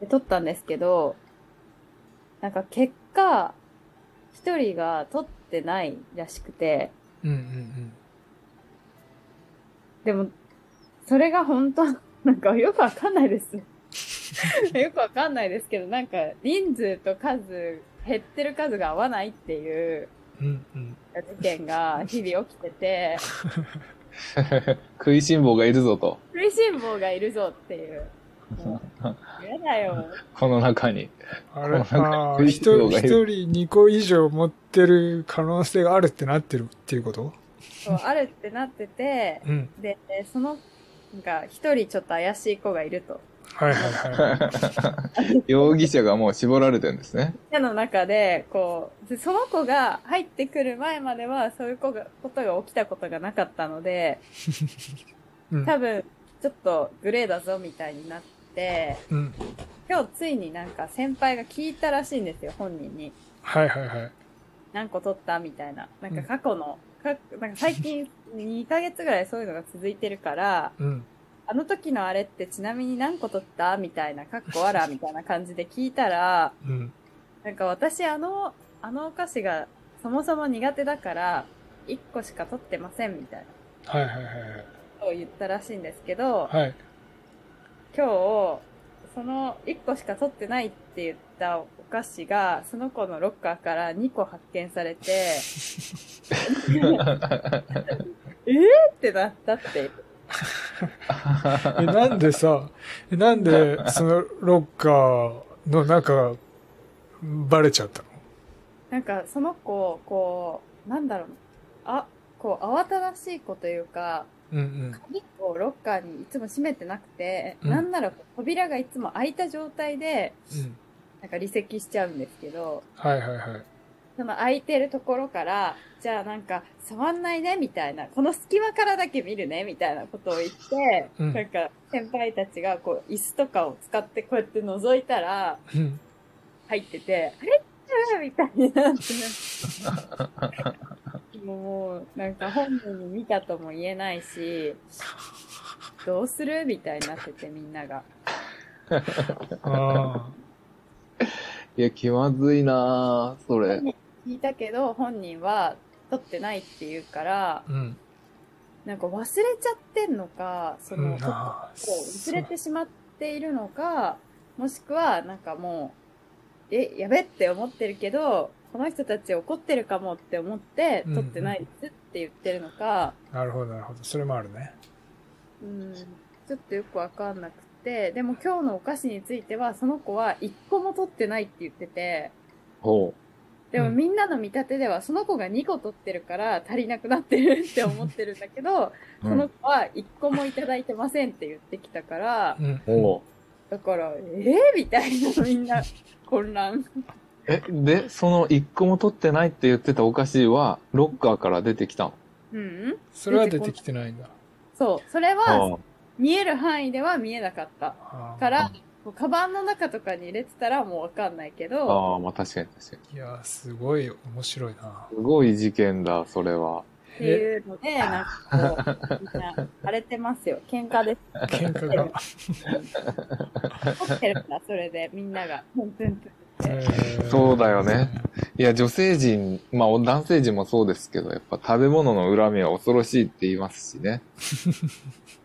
Speaker 5: で取ったんですけど、なんか結果、一人が取っってないらしくて、
Speaker 1: うんうん
Speaker 5: でも、それが本当、 なんかよくわかんないです。 よくわかんないですけど、なんか人数と数、減ってる数が合わないっていう
Speaker 1: うん。うんうん。
Speaker 5: 事件が日々起きてて、
Speaker 4: 食いしん坊がいるぞと。
Speaker 5: 食いしん坊がいるぞっていう。もう嫌だよ。
Speaker 4: この中に。
Speaker 1: あれ、
Speaker 4: こうなんか
Speaker 1: ああ、
Speaker 4: 食い
Speaker 1: 一
Speaker 4: しん坊
Speaker 1: 人
Speaker 4: がいる
Speaker 1: 一人2個以上持ってる可能性があるってなってるっていうこと
Speaker 5: そうあるってなってて、
Speaker 1: うん。
Speaker 5: で、その、なんか一人ちょっと怪しい子がいると。
Speaker 1: はいはいはい。
Speaker 4: 容疑者がもう絞られてるんですね。
Speaker 5: 手の中で、こう、その子が入ってくる前までは、そういう子がことが起きたことがなかったので、
Speaker 1: うん。
Speaker 5: 多分、ちょっとグレーだぞみたいになって、
Speaker 1: うん。
Speaker 5: 今日ついになんか先輩が聞いたらしいんですよ、本人に。
Speaker 1: はいはいはい。
Speaker 5: 何個取ったみたいな。なんか過去の、かなんか最近2ヶ月ぐらいそういうのが続いてるから、
Speaker 1: うん。
Speaker 5: あの時のあれってちなみに何個取ったみたいな、かっこあらみたいな感じで聞いたら、
Speaker 1: うん。
Speaker 5: なんか私あの、あのお菓子がそもそも苦手だから、1個しか取ってませんみたいな
Speaker 1: はいはいはい
Speaker 5: ことを言ったらしいんですけど、
Speaker 1: はい。はい。
Speaker 5: 今日、その1個しか取ってないって言ったお菓子が、その子のロッカーから2個発見され て、えーってなったっていう。
Speaker 1: え、なんでさ、えなんでそのロッカーの中、バレちゃったの
Speaker 5: なんかその子、こう、なんだろう、あ、こう慌ただしい子というか、
Speaker 1: うん
Speaker 5: 鍵をロッカーにいつも閉めてなくて、
Speaker 1: うん
Speaker 5: なんならこう扉がいつも開いた状態で、
Speaker 1: うん。うん。
Speaker 5: なんか離席しちゃうんですけど、
Speaker 1: はいはいはい。
Speaker 5: その空いてるところから、じゃあなんか、触んないね、みたいな、この隙間からだけ見るね、みたいなことを言って、
Speaker 1: うん
Speaker 5: なんか、先輩たちがこう、椅子とかを使ってこうやって覗いたら、
Speaker 1: うん。
Speaker 5: 入ってて、あれあれみたいに なって。もう、なんか本人に見たとも言えないし、どうするみたいになってて、みんなが。
Speaker 1: ああ。
Speaker 4: いや、気まずいなぁ、それ。
Speaker 5: 聞いたけど、本人は、取ってないって言うから、
Speaker 1: うん。
Speaker 5: なんか忘れちゃってんのか、その、
Speaker 1: うん、ああ
Speaker 5: こう忘れてしまっているのか、もしくは、なんかもう、え、やべって思ってるけど、この人たち怒ってるかもって思って、
Speaker 1: うん
Speaker 5: 撮ってないですって言ってるのか、
Speaker 1: なるほどなるほど。それもあるね。
Speaker 5: うん、ちょっとよくわかんなくて、でも今日のお菓子については、その子は一個も撮ってないって言ってて、
Speaker 4: ほ
Speaker 5: でも
Speaker 1: うん
Speaker 5: みんなの見立てでは、その子が2個撮ってるから足りなくなってるって思ってるんだけど、
Speaker 4: う。
Speaker 5: その子は1個もいただいてませんって言ってきたから、
Speaker 1: うん。
Speaker 4: ほ
Speaker 5: だから、えー、みたいな、みんな、混乱。
Speaker 4: う。え、で、その一個も取ってないって言ってたお菓子は、ロッカーから出てきたの
Speaker 5: うん
Speaker 1: それは出てきてないんだ。
Speaker 5: そう。それは、
Speaker 4: あ
Speaker 5: 見える範囲では見えなかった。
Speaker 1: ああ
Speaker 5: から、もうカバンの中とかに入れてたらもうわかんないけ
Speaker 4: あ
Speaker 5: ど、
Speaker 4: ああ、まあ確かに確かに。
Speaker 1: いやー、すごい面白いな。
Speaker 4: すごい事件だ、それは。
Speaker 5: っていうので、なんかこう、みんな、荒れてますよ。喧嘩です。
Speaker 1: 喧嘩が。
Speaker 5: 怒ってるから、それで、みんなが、プンプンプン。
Speaker 1: えー
Speaker 4: そうだよね。いや、女性陣、まあ男性陣もそうですけど、やっぱ食べ物の恨みは恐ろしいって言いますしね。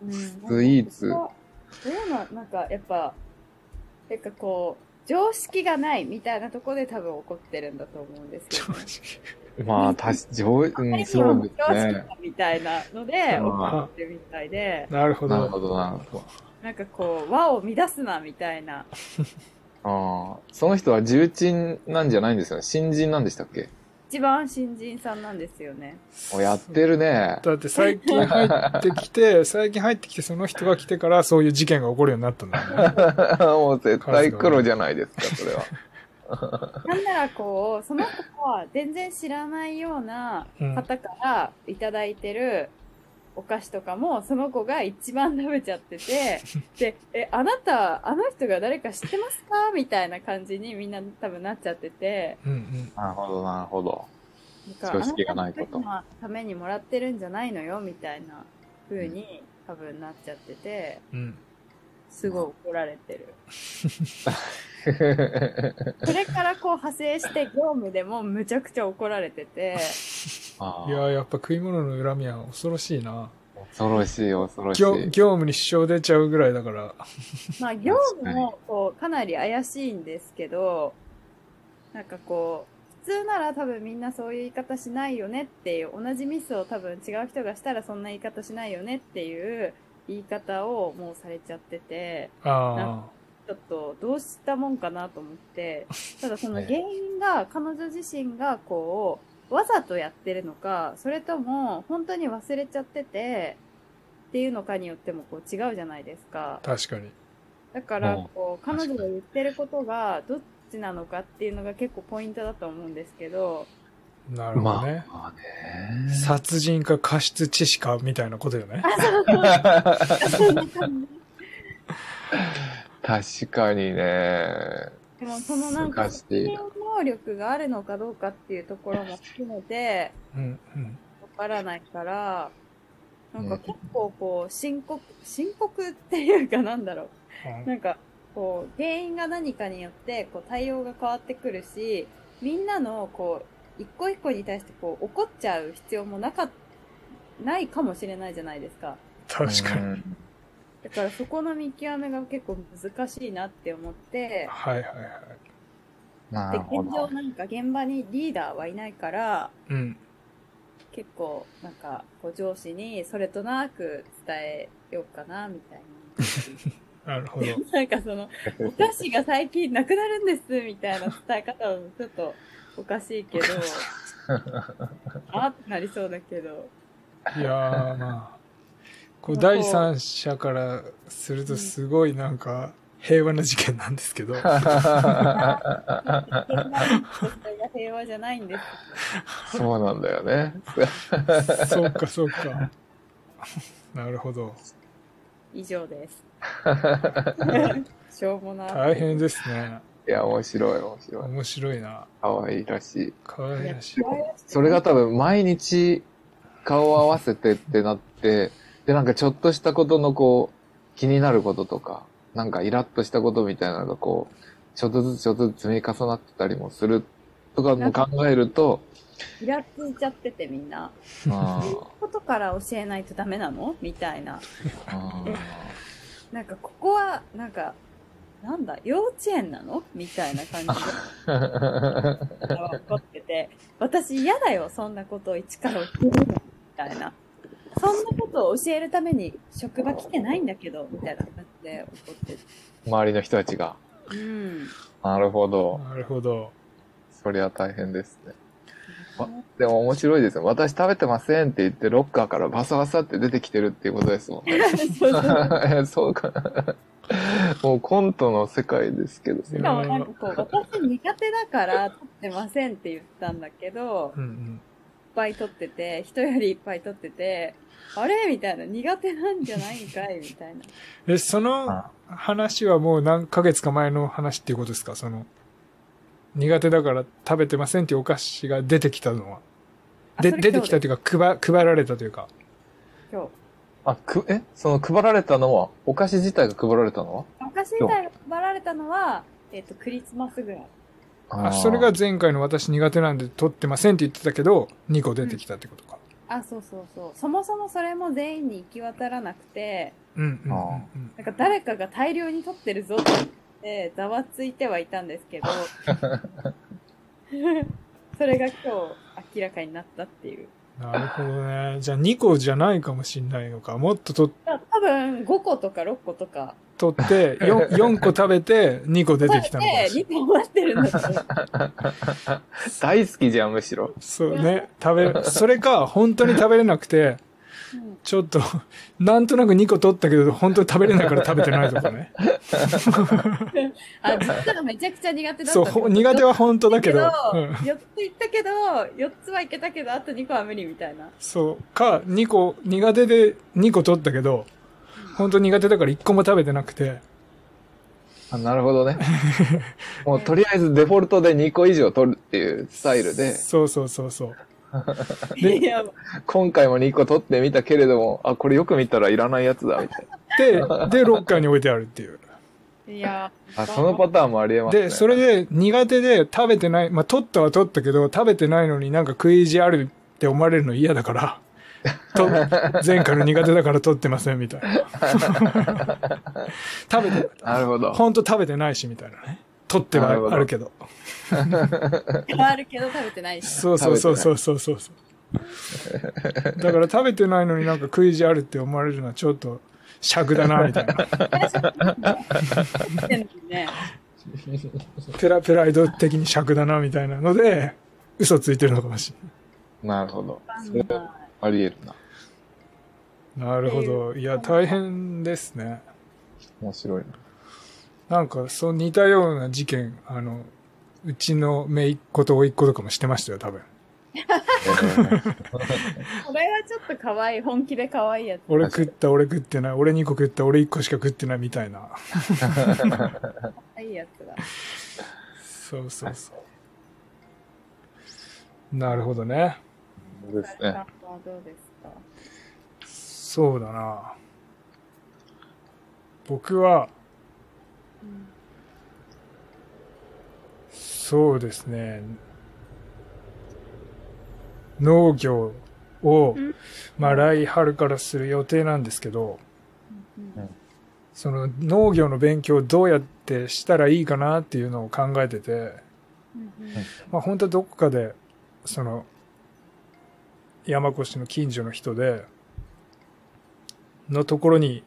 Speaker 5: うん
Speaker 4: スイーツ
Speaker 5: なんかそういうの、なんか、やっぱ、なんかこう、常識がないみたいなところで多分怒ってるんだと思うんですけど
Speaker 1: 正。直。
Speaker 4: まあ、たし、上、う
Speaker 5: あれ
Speaker 4: ん、
Speaker 5: には
Speaker 4: そう
Speaker 5: 常
Speaker 4: で
Speaker 5: 識
Speaker 4: すね。
Speaker 5: だみたいなので、
Speaker 4: うん
Speaker 5: 怒ってるみたいで、
Speaker 1: なるほ
Speaker 4: なるほ
Speaker 1: ど。
Speaker 4: ど、なるほど。
Speaker 5: なんかこう、和を乱すなみたいな。
Speaker 4: ああ、その人は重鎮なんじゃないんですよね。新人なんでしたっけ
Speaker 5: 一番新人さんなんですよね。
Speaker 4: おやってるね。
Speaker 1: だって最近入ってきて、最近入ってきてその人が来てからそういう事件が起こるようになったんだよね。
Speaker 4: もう絶対黒じゃないですか、それは。
Speaker 5: なんならこう、その子は全然知らないような方からいただいてるお菓子とかも、その子が一番食べちゃって て、で、え、あなた、あの人が誰か知ってますかみたいな感じにみんな多分なっちゃってて、
Speaker 1: うんうん。
Speaker 4: なるほど、なるほど。
Speaker 5: な んか
Speaker 4: 常識がないこと
Speaker 5: あなたのためにもらってるんじゃないのよみたいな風に多分なっちゃってて、
Speaker 1: うん。
Speaker 5: すごい怒られてる。それからこう派生して業務でもむちゃくちゃ怒られて て、
Speaker 4: あ
Speaker 1: いや
Speaker 4: ー
Speaker 1: ーやっぱ食い物の恨みは恐ろしいな
Speaker 4: 恐ろしい、恐ろし
Speaker 1: 業
Speaker 4: い。
Speaker 1: 業務に支障出ちゃうぐらいだから
Speaker 5: まあ業務もこうかなり怪しいんですけど、なんかこう、普通なら多分みんなそういう言い方しないよねっていう、同じミスを多分違う人がしたらそんな言い方しないよねっていう言い方をもうされちゃってて、
Speaker 1: あ
Speaker 5: ちょっとどうしたもんかなと思 って、ただその
Speaker 4: ね
Speaker 5: 原因が彼女自身がこう、わざとやってるのか、それとも本当に忘れちゃってて、っていうのかによってもこう違うじゃないですか
Speaker 1: あ。確かに
Speaker 5: だから
Speaker 4: うん
Speaker 5: こう、彼女が言ってることがどっちなのかっていうのが結構ポイントだと思うんですけ ど、
Speaker 1: なるほ
Speaker 4: ま
Speaker 1: ど
Speaker 4: あ、
Speaker 1: ね、
Speaker 4: まあね。
Speaker 1: 殺人か過失致死かみたいなことよね
Speaker 4: 確かにね。
Speaker 5: でもそのなんか
Speaker 4: 難しいな
Speaker 5: 適応能力があるのかどうかっていうところも含めて、
Speaker 1: うんうん
Speaker 5: わからないから、なんか
Speaker 4: ね
Speaker 5: 結構こう、深刻、深刻っていうかなんだろう。なんか、こう、原因が何かによって、こう、対応が変わってくるし、みんなの、こう、一個一個に対して、こう、怒っちゃう必要もなか、ないかもしれないじゃないですか。
Speaker 1: 確かに
Speaker 4: に。
Speaker 5: だからそこの見極めが結構難しいなって思って、
Speaker 1: はいはいはい
Speaker 4: な
Speaker 5: で、
Speaker 4: るほ
Speaker 5: 現状
Speaker 4: ど。
Speaker 5: なんか現場にリーダーはいないから、
Speaker 1: うん
Speaker 5: 結構なんかこう上司にそれとなく伝えようかなみたい
Speaker 1: なるほ ど
Speaker 5: ななんかそのお菓子が最近なくなるんですみたいな伝え方もちょっとおかしいけどあってなりそうだけど
Speaker 1: いやーまあこう第三者からするとすごいなんか平和な事件なんですけ ど
Speaker 5: それが平和じゃないんです
Speaker 4: そうなんだよね。
Speaker 1: そうかそうかなるほど
Speaker 5: 以上ですしょうもな
Speaker 1: 大変ですね
Speaker 4: いや、面白い、面白い。
Speaker 1: 面白いな
Speaker 4: 可愛いらしい。
Speaker 1: 可愛らしい
Speaker 4: それが多分毎日顔を合わせてってなって、で、なんかちょっとしたことのこう、気になることとか、なんかイラッとしたことみたいなのがこう、ちょっとずつちょっとずつ積み重なってたりもするとかも考える と、
Speaker 5: イラついちゃっててみんな
Speaker 4: あ
Speaker 5: そういうことから教えないとダメなのみたいな
Speaker 4: ーあー
Speaker 5: なんかここはなんかなんだ幼稚園なのみたいな感じで怒ってて 私嫌だよそんなことを一から教えるのみたいなそんなことを教えるために職場来てないんだけどみたいな感じで怒って
Speaker 4: 周りの人たちが。
Speaker 5: てうん
Speaker 4: なるほど。
Speaker 1: なるほど
Speaker 4: そりゃ大変ですね。わでも面白いですよ。私食べてませんって言って、ロッカーからバサバサって出てきてるっていうことですもん ね。
Speaker 5: そうそう
Speaker 4: そうか。もうコントの世界ですけど。
Speaker 5: しかもなんかこう私苦手だから取ってませんって言ったんだけど
Speaker 1: うんうん
Speaker 5: いっぱい撮ってて、人よりいっぱい撮ってて、あれみたいな、苦手なんじゃないんかいみたいな。
Speaker 1: えその
Speaker 4: あ
Speaker 1: 話はもう何ヶ月か前の話っていうことですかその苦手だから食べてませんっていうお菓子が出てきたのは
Speaker 5: あ
Speaker 1: で
Speaker 5: それ
Speaker 1: 出てきた
Speaker 5: 今日
Speaker 1: というか配配られたというか
Speaker 5: 今日。
Speaker 4: あ、く、えその配られたのは、お菓子自体が配られたの
Speaker 5: 昔自体が配られたのは、えっ、と、クリスマスぐらい。
Speaker 4: は
Speaker 1: あそれが
Speaker 4: あ
Speaker 1: 前回の私苦手なんで取ってませんって言ってたけど2個出てきたってことか
Speaker 5: あ、そうそうそう。そもそもそれも全員に行き渡らなくて、
Speaker 1: うんうん
Speaker 4: あ
Speaker 1: うん
Speaker 5: なんか誰かが大量に撮ってるぞって言って、ざわついてはいたんです けど、それが今日明らかになったっていう。
Speaker 1: うんなるほどねじゃあ2個じゃないかもしんないのかもっと取
Speaker 5: だから多分5個とか6個とか
Speaker 1: 取って 4, 4個食べて2個出てきたのかもしれ
Speaker 5: 2個待ってるんだと思う
Speaker 4: 大好きじゃん、むしろ。
Speaker 1: そうね食べそれか本当に食べれなくて
Speaker 5: うん
Speaker 1: ちょっと なんとなく2個取ったけど本当に食べれないから食べてないとか ね
Speaker 5: あ、実はめちゃくちゃ苦手だった。
Speaker 1: そうほ苦手は本当だけど、うん
Speaker 5: 4ついったけど、4つはいけたけど、あと2個は無理みたいな。
Speaker 1: そうか2個苦手で2個取ったけど本当苦手だから1個も食べてなくて
Speaker 4: あなるほ どね。もうとりあえずデフォルトで2個以上取るっていうスタイルで、
Speaker 1: そうそうそうそう。
Speaker 5: いや、
Speaker 4: 今回も2個取ってみたけれども、あ、これよく見たらいらないやつだ、みたいな。
Speaker 1: で、で、ロッカーに置いてあるって いう。
Speaker 5: いや
Speaker 4: あ、そのパターンもありえますね。
Speaker 1: で、それで苦手で食べてない、まあ、取ったは取ったけど、食べてないのになんか食い意地あるって思われるの嫌だから、 と、前回の苦手だから取ってませんみたいな。食べて、
Speaker 4: なるほど。
Speaker 1: ほんと食べてないしみたいなね。取ってはあるけど。
Speaker 5: ー、あるけど食べてないし。
Speaker 1: そうそうそうそうそうそう。だから食べてないのになんか食い意地あるって思われるのはちょっと尺だなみたい な。
Speaker 5: 食べてんのにね。
Speaker 1: ペラペライド的に尺だなみたいなので、嘘ついてるのかもしれない。
Speaker 4: なるほど。
Speaker 5: わかん
Speaker 4: そ
Speaker 5: ない
Speaker 4: れありえるな。
Speaker 1: なるほど。いや、大変ですね。
Speaker 4: 面白いな。
Speaker 1: なんか、そう似たような事件、あの、うちの姪っ子と甥っ子とかもしてましたよ、多分。
Speaker 5: これはちょっと可愛い、本気で可愛いやつ。
Speaker 1: 俺食った、俺食ってない、俺2個食った、俺1個しか食ってないみたいな。
Speaker 5: 可愛いやつだ。
Speaker 1: そうそうそう。なるほどね。
Speaker 4: そうですね。
Speaker 5: さんはどうですか
Speaker 1: そうだな。僕は、そうですね。農業を
Speaker 5: うん、
Speaker 1: まあ来春からする予定なんですけど、
Speaker 5: うん
Speaker 1: その農業の勉強をどうやってしたらいいかなっていうのを考えてて、
Speaker 5: うんうん
Speaker 1: まあ本当はどこかで、その、山越の近所の人で、のところに、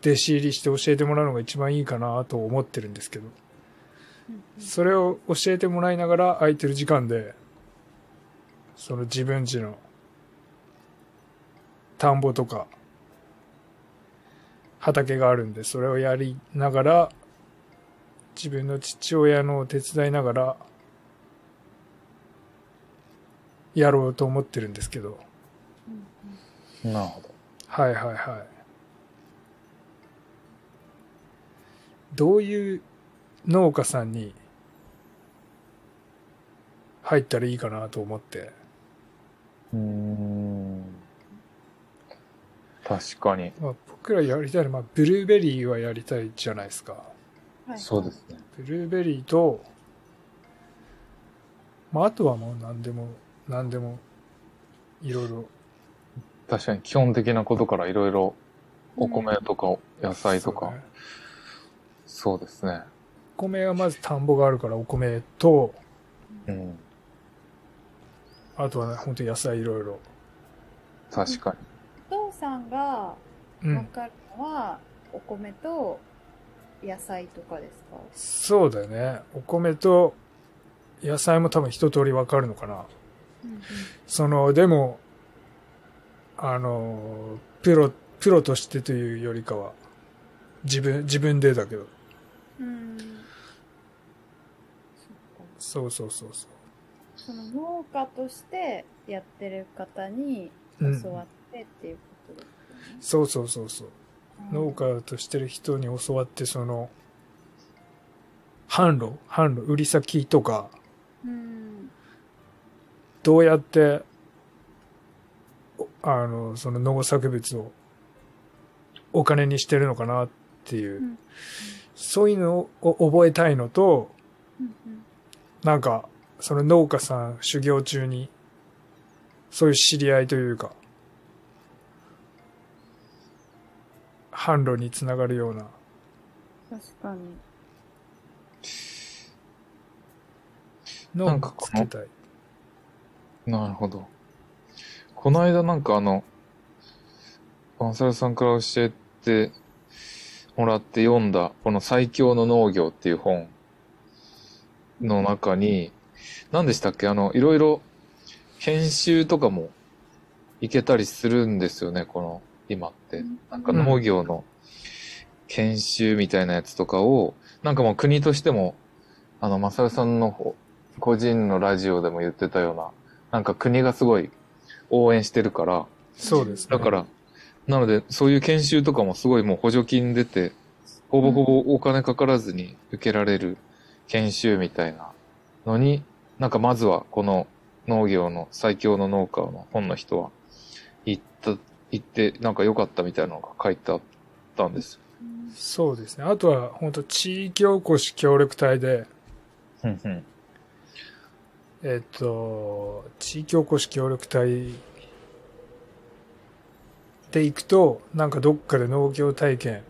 Speaker 1: 弟子入りして教えてもらうのが一番いいかなと思ってるんですけど、
Speaker 5: うん
Speaker 1: それを教えてもらいながら空いてる時間で、その自分ちの田んぼとか畑があるんで、それをやりながら、自分の父親の手伝いながら、やろうと思ってるんですけど、
Speaker 4: なるほど。
Speaker 1: はいはいはい。どういう農家さんに入ったらいいかなと思って。
Speaker 4: うーん。確かに。
Speaker 1: まあ、僕らやりたいのは、まあ、ブルーベリーはやりたいじゃないですか。
Speaker 5: はい
Speaker 4: そうですね。
Speaker 1: ブルーベリーと、まあ、あとはもう何でも、何でも、いろいろ。
Speaker 4: 確かに基本的なことからいろいろお米とか野菜と
Speaker 1: そう
Speaker 4: か
Speaker 1: ね。
Speaker 4: そうですね。
Speaker 1: お米はまず田んぼがあるからお米と、
Speaker 4: うん。
Speaker 1: あとはね、本当に野菜いろいろ。
Speaker 4: 確か
Speaker 5: お父さんが
Speaker 1: う
Speaker 5: 分
Speaker 1: ん。
Speaker 5: かるのは、お米と野菜とかですか
Speaker 1: そうだよね。お米と野菜も多分一通りわかるのかな。その、でも、あの、プロ、プロとしてというよりかは、自分、自分でだけど。
Speaker 5: うんそっか
Speaker 1: そうそうそうそ
Speaker 5: その農家としてやってる方に
Speaker 1: う。うん。
Speaker 5: 教わってっていうことですよね。
Speaker 1: そうそうそうそう。
Speaker 5: うん
Speaker 1: 農家としてる人に教わって、その、販路、販路、売り先とか、
Speaker 5: うん
Speaker 1: どうやって、おあの、その農作物をお金にしてるのかなっていう、
Speaker 5: うん
Speaker 1: そういうのを覚えたいのと、
Speaker 5: うんうん
Speaker 1: なんか、その農家さん修行中に、そういう知り合いというか、販路につながるような、
Speaker 5: 確かに。
Speaker 1: の
Speaker 4: なんか
Speaker 1: をつけたい。
Speaker 4: に。なるほど。この間なんかあの、バンサルさんから教えてもらって読んだ、この最強の農業っていう本の中に、何でしたっけあの、いろいろ研修とかもいけたりするんですよね、この、今って。なんか農業の研修みたいなやつとかを、なんかもう国としても、あの、マサルさんのほ個人のラジオでも言ってたような、なんか国がすごい応援してるから、
Speaker 1: そうです、ね。
Speaker 4: だから、なので、そういう研修とかもすごいもう補助金出て、ほぼほぼお金かからずに受けられる研修みたいなのに、なんかまずはこの農業の最強の農家の本の人は行った、行って、なんか良かったみたいなのが書いてあったんです。
Speaker 1: そうですね。あとは、本当地域おこし協力隊で、
Speaker 4: うんうん。
Speaker 1: えっと、地域おこし協力隊で行くと、なんかどっかで農業体験、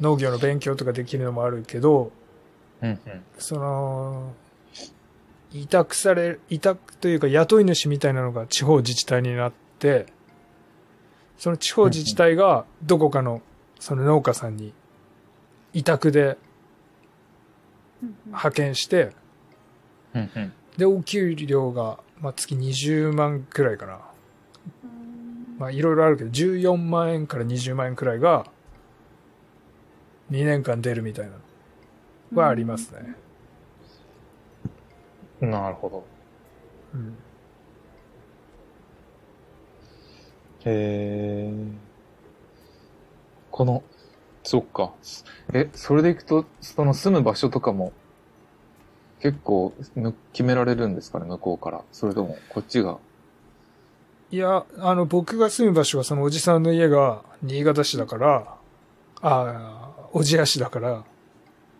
Speaker 1: 農業の勉強とかできるのもあるけど、
Speaker 4: うんうん。
Speaker 1: その、委託され、委託というか雇い主みたいなのが地方自治体になって、その地方自治体がどこかのその農家さんに委託で派遣して、
Speaker 4: うんうん。
Speaker 1: で、お給料が、まあ、月20万くらいかな。まあ、いろいろあるけど、14万円から20万円くらいが、2年間出るみたいなのはありますね。
Speaker 4: なるほど。
Speaker 1: うん。
Speaker 4: へえ。この、そっか。え、それでいくと、その住む場所とかも、結構む決められるんですかね、向こうから。それとも、こっちが。
Speaker 1: いや、あの、僕が住む場所は、そのおじさんの家が、新潟市だから、ああ、おじや市だから、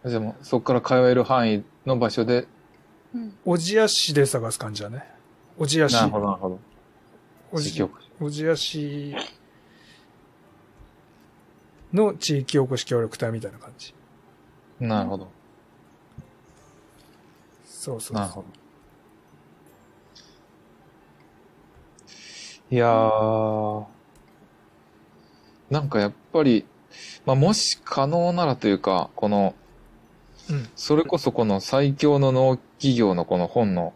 Speaker 4: じゃあもう、そこから通える範囲の場所で、
Speaker 1: おじや市で探す感じだね。おじや市。
Speaker 4: なるほど、なるほど。
Speaker 1: お
Speaker 4: 地域
Speaker 1: じ
Speaker 4: おこし
Speaker 1: おじや市の地域おこし協力隊みたいな感じ。
Speaker 4: なるほど。
Speaker 1: そうそうそう
Speaker 4: なるほど。いやー、なんかやっぱり、まあ、もし可能ならというか、この、
Speaker 1: うん
Speaker 4: それこそこの最強の農企業のこの本の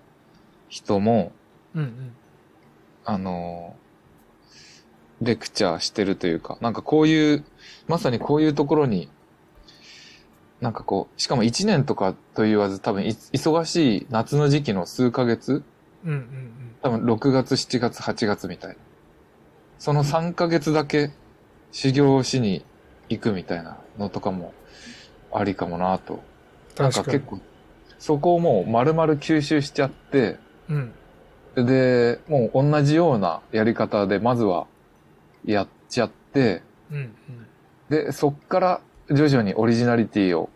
Speaker 4: 人も、
Speaker 1: うんうん。
Speaker 4: あのー、レクチャーしてるというか、なんかこういう、まさにこういうところに、なんかこう、しかも1年とかと言わず多分い忙しい夏の時期の数ヶ月、
Speaker 1: うんうんうん。
Speaker 4: 多分6月、7月、8月みたいな。その3ヶ月だけ修行をしに行くみたいなのとかもありかもなと。なんか
Speaker 1: 確か
Speaker 4: 結
Speaker 1: に。
Speaker 4: 構、そこをもう丸々吸収しちゃって、
Speaker 1: うん。
Speaker 4: で、もう同じようなやり方で、まずはやっちゃって、
Speaker 1: うんうん。
Speaker 4: で、そっから徐々にオリジナリティを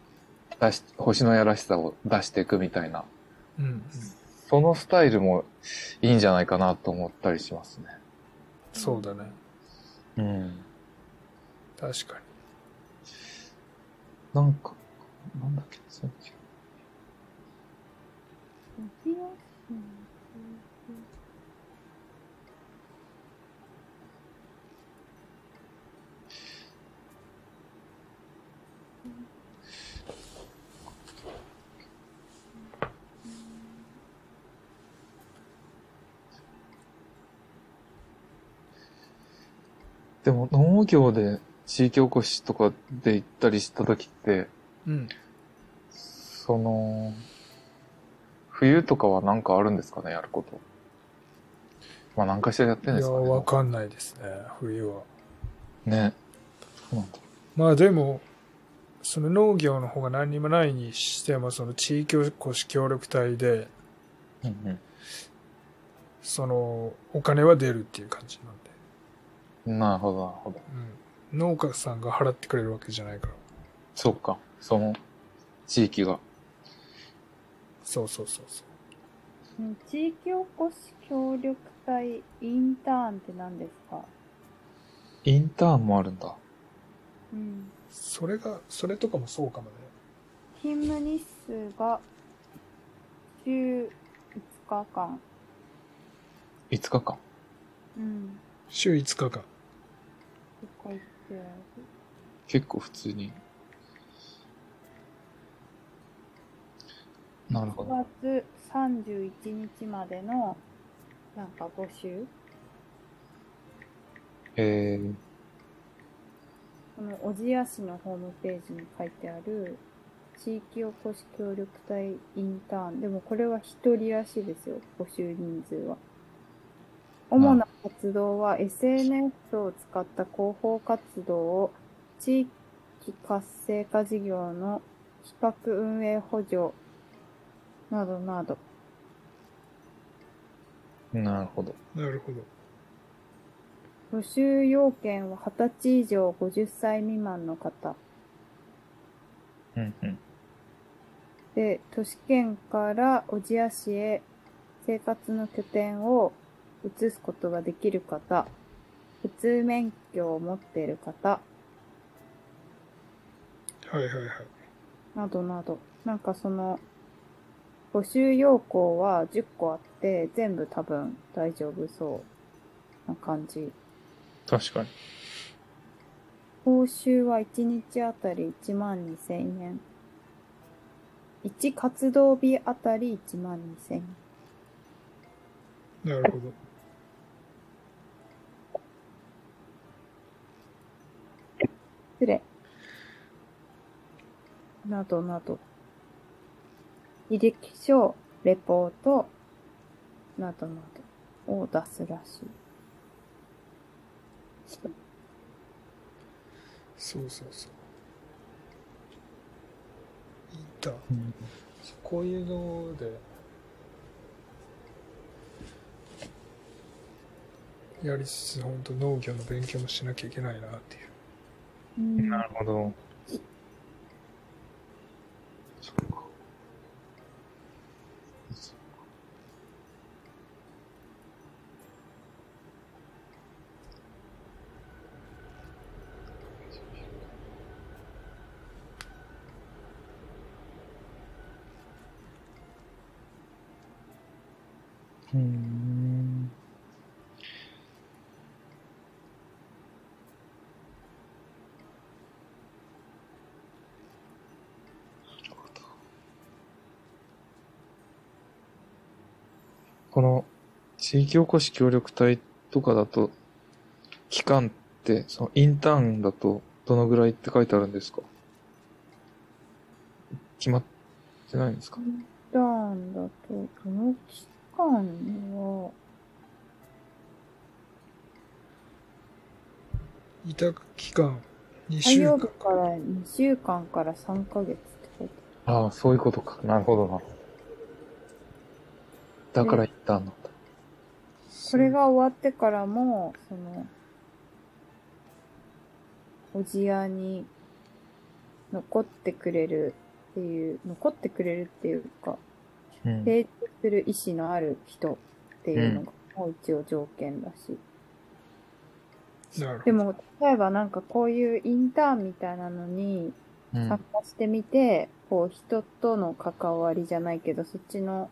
Speaker 4: 出し、星のやらしさを出していくみたいな、
Speaker 1: うんうん。
Speaker 4: そのスタイルもいいんじゃないかなと思ったりしますね。
Speaker 1: そうだね。
Speaker 4: うん。
Speaker 1: 確か
Speaker 4: なんか、なんだっけ、さっきでも農業で地域おこしとかで行ったりした時って、
Speaker 1: に。うん。
Speaker 4: その、冬とかはなんかあるんですかね、やること。まあ何かしらやってん
Speaker 1: い
Speaker 4: で
Speaker 1: や、
Speaker 4: すかね。
Speaker 1: わかんないですね。冬は。
Speaker 4: ね。そうなんだ。
Speaker 1: まあでも、その農業の方が何にもないにしても、その地域おこし協力隊で、
Speaker 4: うん
Speaker 1: その、お金は出るっていう感じなんで。
Speaker 4: うん。なるほど、なるほど。
Speaker 1: うん。農家さんが払ってくれるわけじゃないから。
Speaker 4: そっか。その、地域が。
Speaker 1: そうそうそうそう。
Speaker 5: 地域おこし協力隊インターンって何ですか、
Speaker 4: インターンもあるんだ。
Speaker 5: うん、
Speaker 1: それが、それとかもそうかもね。
Speaker 5: 勤務日数が週5日間。
Speaker 4: 5日間。
Speaker 5: うん。
Speaker 1: 週5日間。
Speaker 5: とか言ってある。
Speaker 4: 結構普通に。なるほど。
Speaker 5: 9月31日までの、なんか募集
Speaker 4: えー、
Speaker 5: この小千谷市のホームページに書いてある、地域おこし協力隊インターン。でもこれは一人らしいですよ、募集人数は。主な活動は SNS を使った広報活動を地域活性化事業の企画運営補助などなど。
Speaker 4: なるほど。
Speaker 1: なるほど。
Speaker 5: 募集要件は20歳以上50歳未満の方。
Speaker 4: うんうん。
Speaker 5: で、都市圏から小千谷市へ生活の拠点を移すことができる方、普通免許を持っている方、
Speaker 1: はいはいはい。
Speaker 5: などなど、なんかその、募集要項は10個あって、全部多分大丈夫そうな感じ。
Speaker 4: 確かに。
Speaker 5: 報酬は1日あたり1万2000円。1活動日あたり1万2000円。
Speaker 1: なるほど。
Speaker 5: 失礼。などなど。履歴書、レポート、などなどを出すらしい。
Speaker 1: そうそうそう。いた。こういうので、やりつつ、本当農業の勉強もしなきゃいけないなっていう。
Speaker 5: うん
Speaker 4: るほど。うん。この地域おこし協力隊とかだと、期間って、そのインターンだとどのぐらいって書いてあるんですか決まってないんですか
Speaker 5: ターンだと、この期間は、
Speaker 1: 委託期間、2
Speaker 5: 火
Speaker 1: 週
Speaker 5: 曜
Speaker 1: 間
Speaker 5: 日から2週間から3ヶ月ってこと
Speaker 4: ああ、そういうことか。なるほどな。だからインターンなんだ。
Speaker 5: これが終わってからも、その、おじやに残ってくれるっていう、残ってくれるっていうか、
Speaker 4: うん
Speaker 5: 成長する意思のある人っていうのが、もう一応条件だしい。
Speaker 1: なるほ
Speaker 5: で
Speaker 1: ど。
Speaker 5: も、例えばなんかこういうインターンみたいなのに
Speaker 4: うん
Speaker 5: 参加してみて、こう人との関わりじゃないけど、そっちの、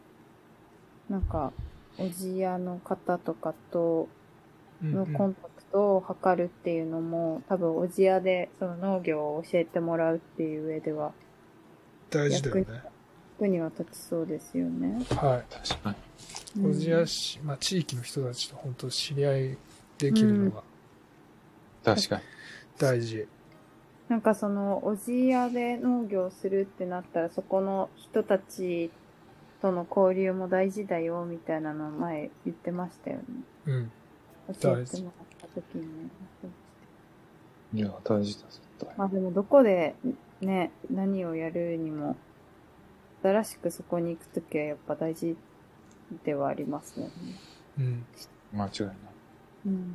Speaker 5: なんか、おじやの方とかと
Speaker 1: うん
Speaker 5: の
Speaker 1: うん
Speaker 5: コンタクトを図るっていうのも、多分おじやでその農業を教えてもらうっていう上では、
Speaker 1: 大事だよね。
Speaker 5: 人には立ちそうですよね。
Speaker 1: はい。
Speaker 4: 確かに。
Speaker 1: 小千谷市、まあ、地域の人たちと本当知り合いできるのが
Speaker 4: 確かに。
Speaker 1: 大事。
Speaker 5: なんかその、おじやで農業するってなったら、そこの人たちとの交流も大事だよ、みたいなの前言ってましたよね。
Speaker 1: うん。
Speaker 5: 教えてもらった時にね。
Speaker 4: いや、大事だ、絶対。
Speaker 5: まあでもどこでね、何をやるにも、新しくそこに行くときはやっぱ大事ではありますよね。
Speaker 1: うん。
Speaker 4: 間違いない。
Speaker 5: うん。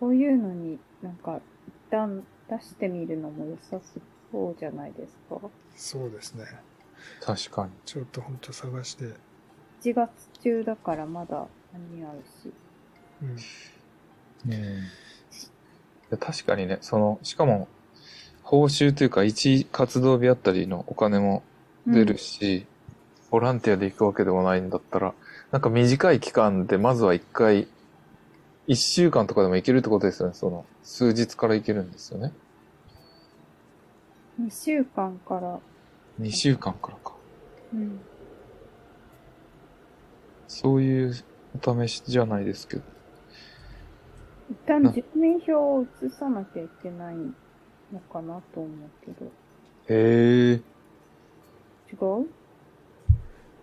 Speaker 5: こういうのになんか一旦出してみるのも良さそうじゃないですか。
Speaker 1: そうですね。
Speaker 4: 確かに。
Speaker 1: ちょっと本当探して、
Speaker 5: 1月中だからまだ間に合うし。
Speaker 1: うん。
Speaker 4: うん、確かにね、その、しかも、報酬というか、一活動日あたりのお金も出るし、ボランティアで行くわけでもないんだったら、なんか短い期間で、まずは一回、一週間とかでも行けるってことですよね。その、数日から行けるんですよね。
Speaker 5: 2週間から、
Speaker 4: 二週間からか。
Speaker 5: うん、
Speaker 4: そういうお試しじゃないですけど。
Speaker 5: 一旦
Speaker 4: な
Speaker 5: 住民票を移さなきゃいけないのかなと思うけ
Speaker 4: へえ。
Speaker 5: ど。違う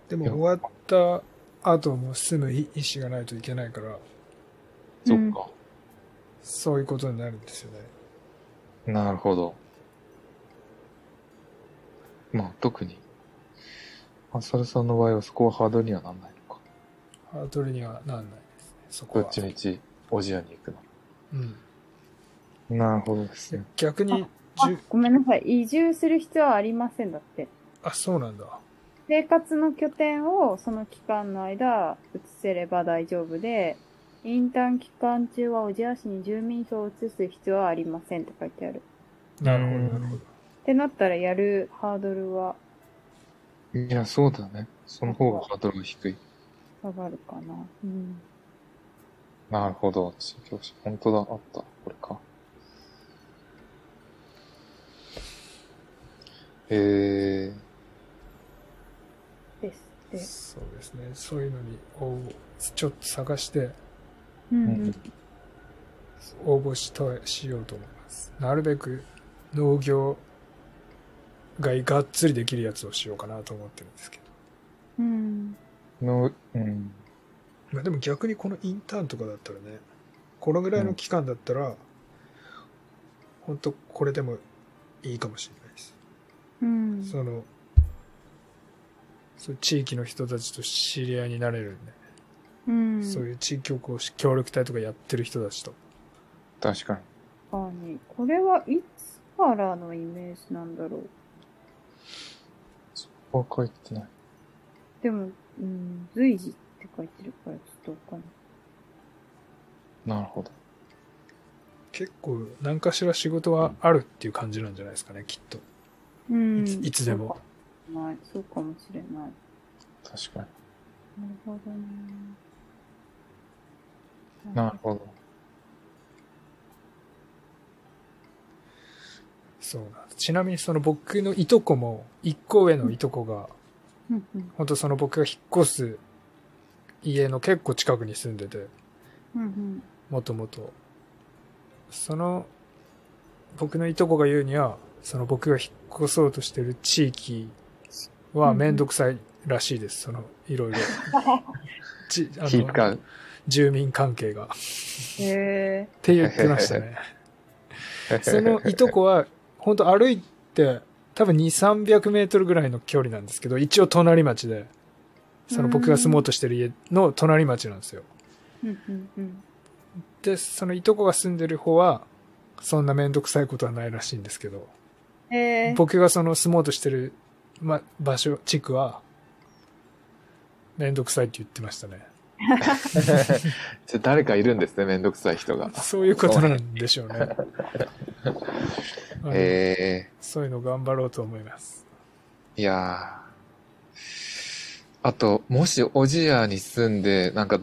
Speaker 1: でも終わった後も住む意思がないといけないから、
Speaker 4: そっか。
Speaker 1: そういうことになるんですよね。
Speaker 4: なるほど。まあ、特に、あそれさんの場合はそこはハードルにはなんないのか。
Speaker 1: ハードルにはなんないですね。そこ
Speaker 4: ど
Speaker 1: は。
Speaker 4: っちみち、おじやに行く
Speaker 1: うん。
Speaker 4: の。なるほどですね。
Speaker 1: 逆に、じゅ
Speaker 5: あごめんなさい。移住する必要はありませんだって。
Speaker 1: あ、そうなんだ。
Speaker 5: 生活の拠点をその期間の間移せれば大丈夫で、インターン期間中は小千谷市に住民票を移す必要はありませんって書いてある。
Speaker 1: なるほど、な
Speaker 4: うん
Speaker 1: るほど。
Speaker 5: ってなったらやるハードルはい
Speaker 4: や、そうだね。その方がハードルが低い。
Speaker 5: 下がるかな。うん。
Speaker 4: なるほど。地域教師。本当だ、あった。これか。へえ
Speaker 5: ですって。
Speaker 1: そうですね。そういうのに応募、ちょっと探して
Speaker 5: うん
Speaker 4: う
Speaker 5: うんん。
Speaker 1: 応募しとしようと思います。なるべく農業ががっつりできるやつをしようかなと思ってるんですけど。
Speaker 5: うん。
Speaker 4: ー。の、うん。
Speaker 1: まあでも逆にこのインターンとかだったらね、このぐらいの期間だったら、ほんとこれでもいいかもしれないです。
Speaker 5: うん。
Speaker 1: その、そう地域の人たちと知り合いになれるんで、
Speaker 5: うん。
Speaker 1: そういう地域おこし協力隊とかやってる人たちと。
Speaker 4: 確かに。
Speaker 5: 確かに。これはいつからのイメージなんだろう。
Speaker 4: そこは書いてない。
Speaker 5: でも、うん、随時って書いてるからちょっとわかんない。
Speaker 4: なるほど。
Speaker 1: 結構何かしら仕事はあるっていう感じなんじゃないですかね、きっと。
Speaker 5: うん。
Speaker 1: いついつでも。
Speaker 5: ない。そうかもしれない。なる
Speaker 4: 確か
Speaker 5: ほどね。
Speaker 4: に。なるほど。
Speaker 1: そうなんですちなみにその僕のいとこも、一個上のいとこが、
Speaker 5: うんうん
Speaker 1: 本当その僕が引っ越す家の結構近くに住んでて、
Speaker 5: うんうん
Speaker 1: もともと。その、僕のいとこが言うには、その僕が引っ越そうとしてる地域はめんどくさいらしいです、その、い ろいろ。じあ
Speaker 4: 気使
Speaker 1: の
Speaker 4: う。
Speaker 1: 住民関係が。っ
Speaker 5: へえ。
Speaker 1: て言ってました ね。そのいとこは、本当歩いて、多分2、300メートルぐらいの距離なんですけど、一応隣町で、その僕が住もうとしてる家の隣町なんですよ。
Speaker 5: うんうんうん。
Speaker 1: で、そのいとこが住んでる方は、そんなめんどくさいことはないらしいんですけど、
Speaker 5: へえ。
Speaker 1: 僕がその住もうとしてる、ま、場所、地区は、めんどくさいって言ってましたね。
Speaker 4: じゃあ誰かいるんですね、めんどくさい人が。
Speaker 1: そういうことなんでしょうね。あの
Speaker 4: へえ
Speaker 1: そういうの頑張ろうと思います。
Speaker 4: いやーあと、もしおじやに住んで、なんか、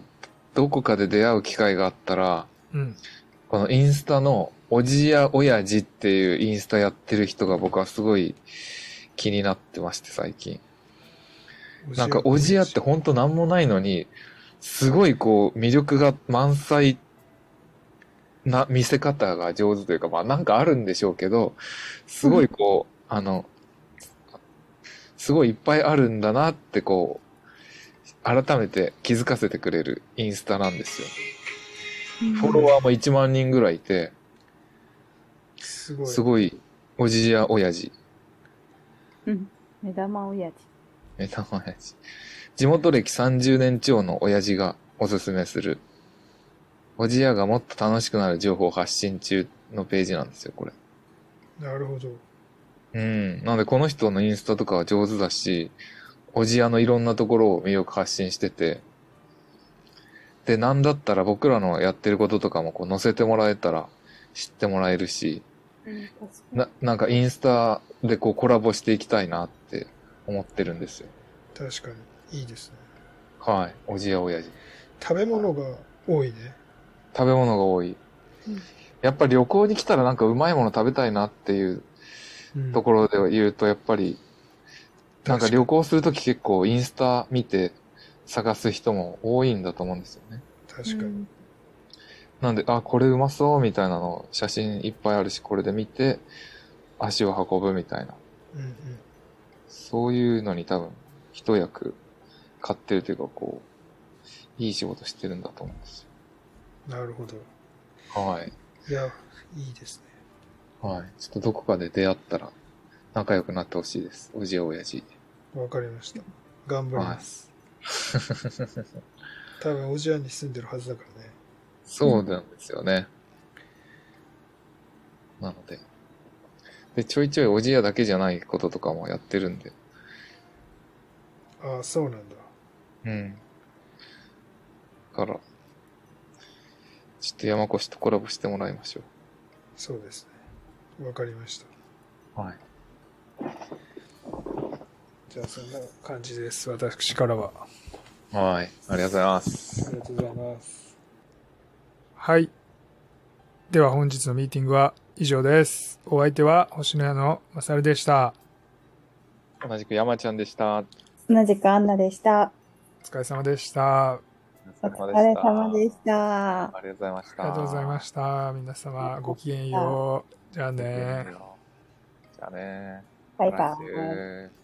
Speaker 4: どこかで出会う機会があったら、
Speaker 1: うん。
Speaker 4: このインスタの、おじやおやじっていうインスタやってる人が僕はすごい気になってまして、最近。なんか、おじやってほんとなんもないのに、すごいこう、魅力が満載な見せ方が上手というか、まあなんかあるんでしょうけど、すごいこう、あの、すごいいっぱいあるんだなってこう、改めて気づかせてくれるインスタなんですよ。フォロワーも1万人ぐらいいて、
Speaker 1: すごい。
Speaker 4: すごい、おじや親父、
Speaker 5: うん。目玉親父。
Speaker 4: メタ親父。地元歴30年超の親父がおすすめする、おじやがもっと楽しくなる情報を発信中のページなんですよ、これ。
Speaker 1: なるほど。
Speaker 4: うん。なので、この人のインスタとかは上手だし、おじやのいろんなところを魅力発信してて、で、なんだったら僕らのやってることとかもこう載せてもらえたら知ってもらえるし、
Speaker 5: うん、確か
Speaker 4: な、なんかインスタでこうコラボしていきたいなって思ってるんですよ。
Speaker 1: 確かに。いいですね。
Speaker 4: はい。おじやおやじ。
Speaker 1: 食べ物が多いね。
Speaker 4: 食べ物が多い
Speaker 5: うん。
Speaker 4: やっぱ旅行に来たらなんかうまいもの食べたいなっていう
Speaker 1: うん
Speaker 4: ところで言うと、やっぱり、なんか旅行するとき結構インスタ見て探す人も多いんだと思うんですよね。
Speaker 1: 確
Speaker 5: に。
Speaker 1: か
Speaker 5: う
Speaker 1: に
Speaker 5: ん。
Speaker 4: なんで、あ、これうまそうみたいなの写真いっぱいあるし、これで見て足を運ぶみたいな。
Speaker 1: うんうん。
Speaker 4: そういうのに多分、一役買ってるというか、こう、いい仕事してるんだと思うんです
Speaker 1: なるほど。
Speaker 4: よ。はい。
Speaker 1: いや、いいですね。
Speaker 4: はい。ちょっとどこかで出会ったら、仲良くなってほしいです。おじやおやじ。
Speaker 1: わかりました。頑張ります。 多分、オジアンに住んでるはずだからね。
Speaker 4: そうなんですよね。なので。で、ちょいちょいおじやだけじゃないこととかもやってるんで。
Speaker 1: ああ、そうなんだ。
Speaker 4: うん。だから、ちょっと山越とコラボしてもらいましょ
Speaker 1: そうですね。わかりました。
Speaker 4: う。はい。
Speaker 1: じゃあ、そんな感じです。私からは。
Speaker 4: はい。ありがとうございます。
Speaker 1: ありがとうございます。はい。では本日のミーティングは以上です。お相手は星野屋のまさるでした。
Speaker 4: 同じく山ちゃんでした。お
Speaker 5: 同じくアンナでした。
Speaker 1: お疲れ様でした。あ
Speaker 5: お疲れ様でした。
Speaker 4: ありがとうございました。
Speaker 1: りがとうございました。皆様ごきげんよう。じゃあね
Speaker 4: じゃあね。
Speaker 5: バイバ
Speaker 4: 来
Speaker 5: イ。
Speaker 4: 週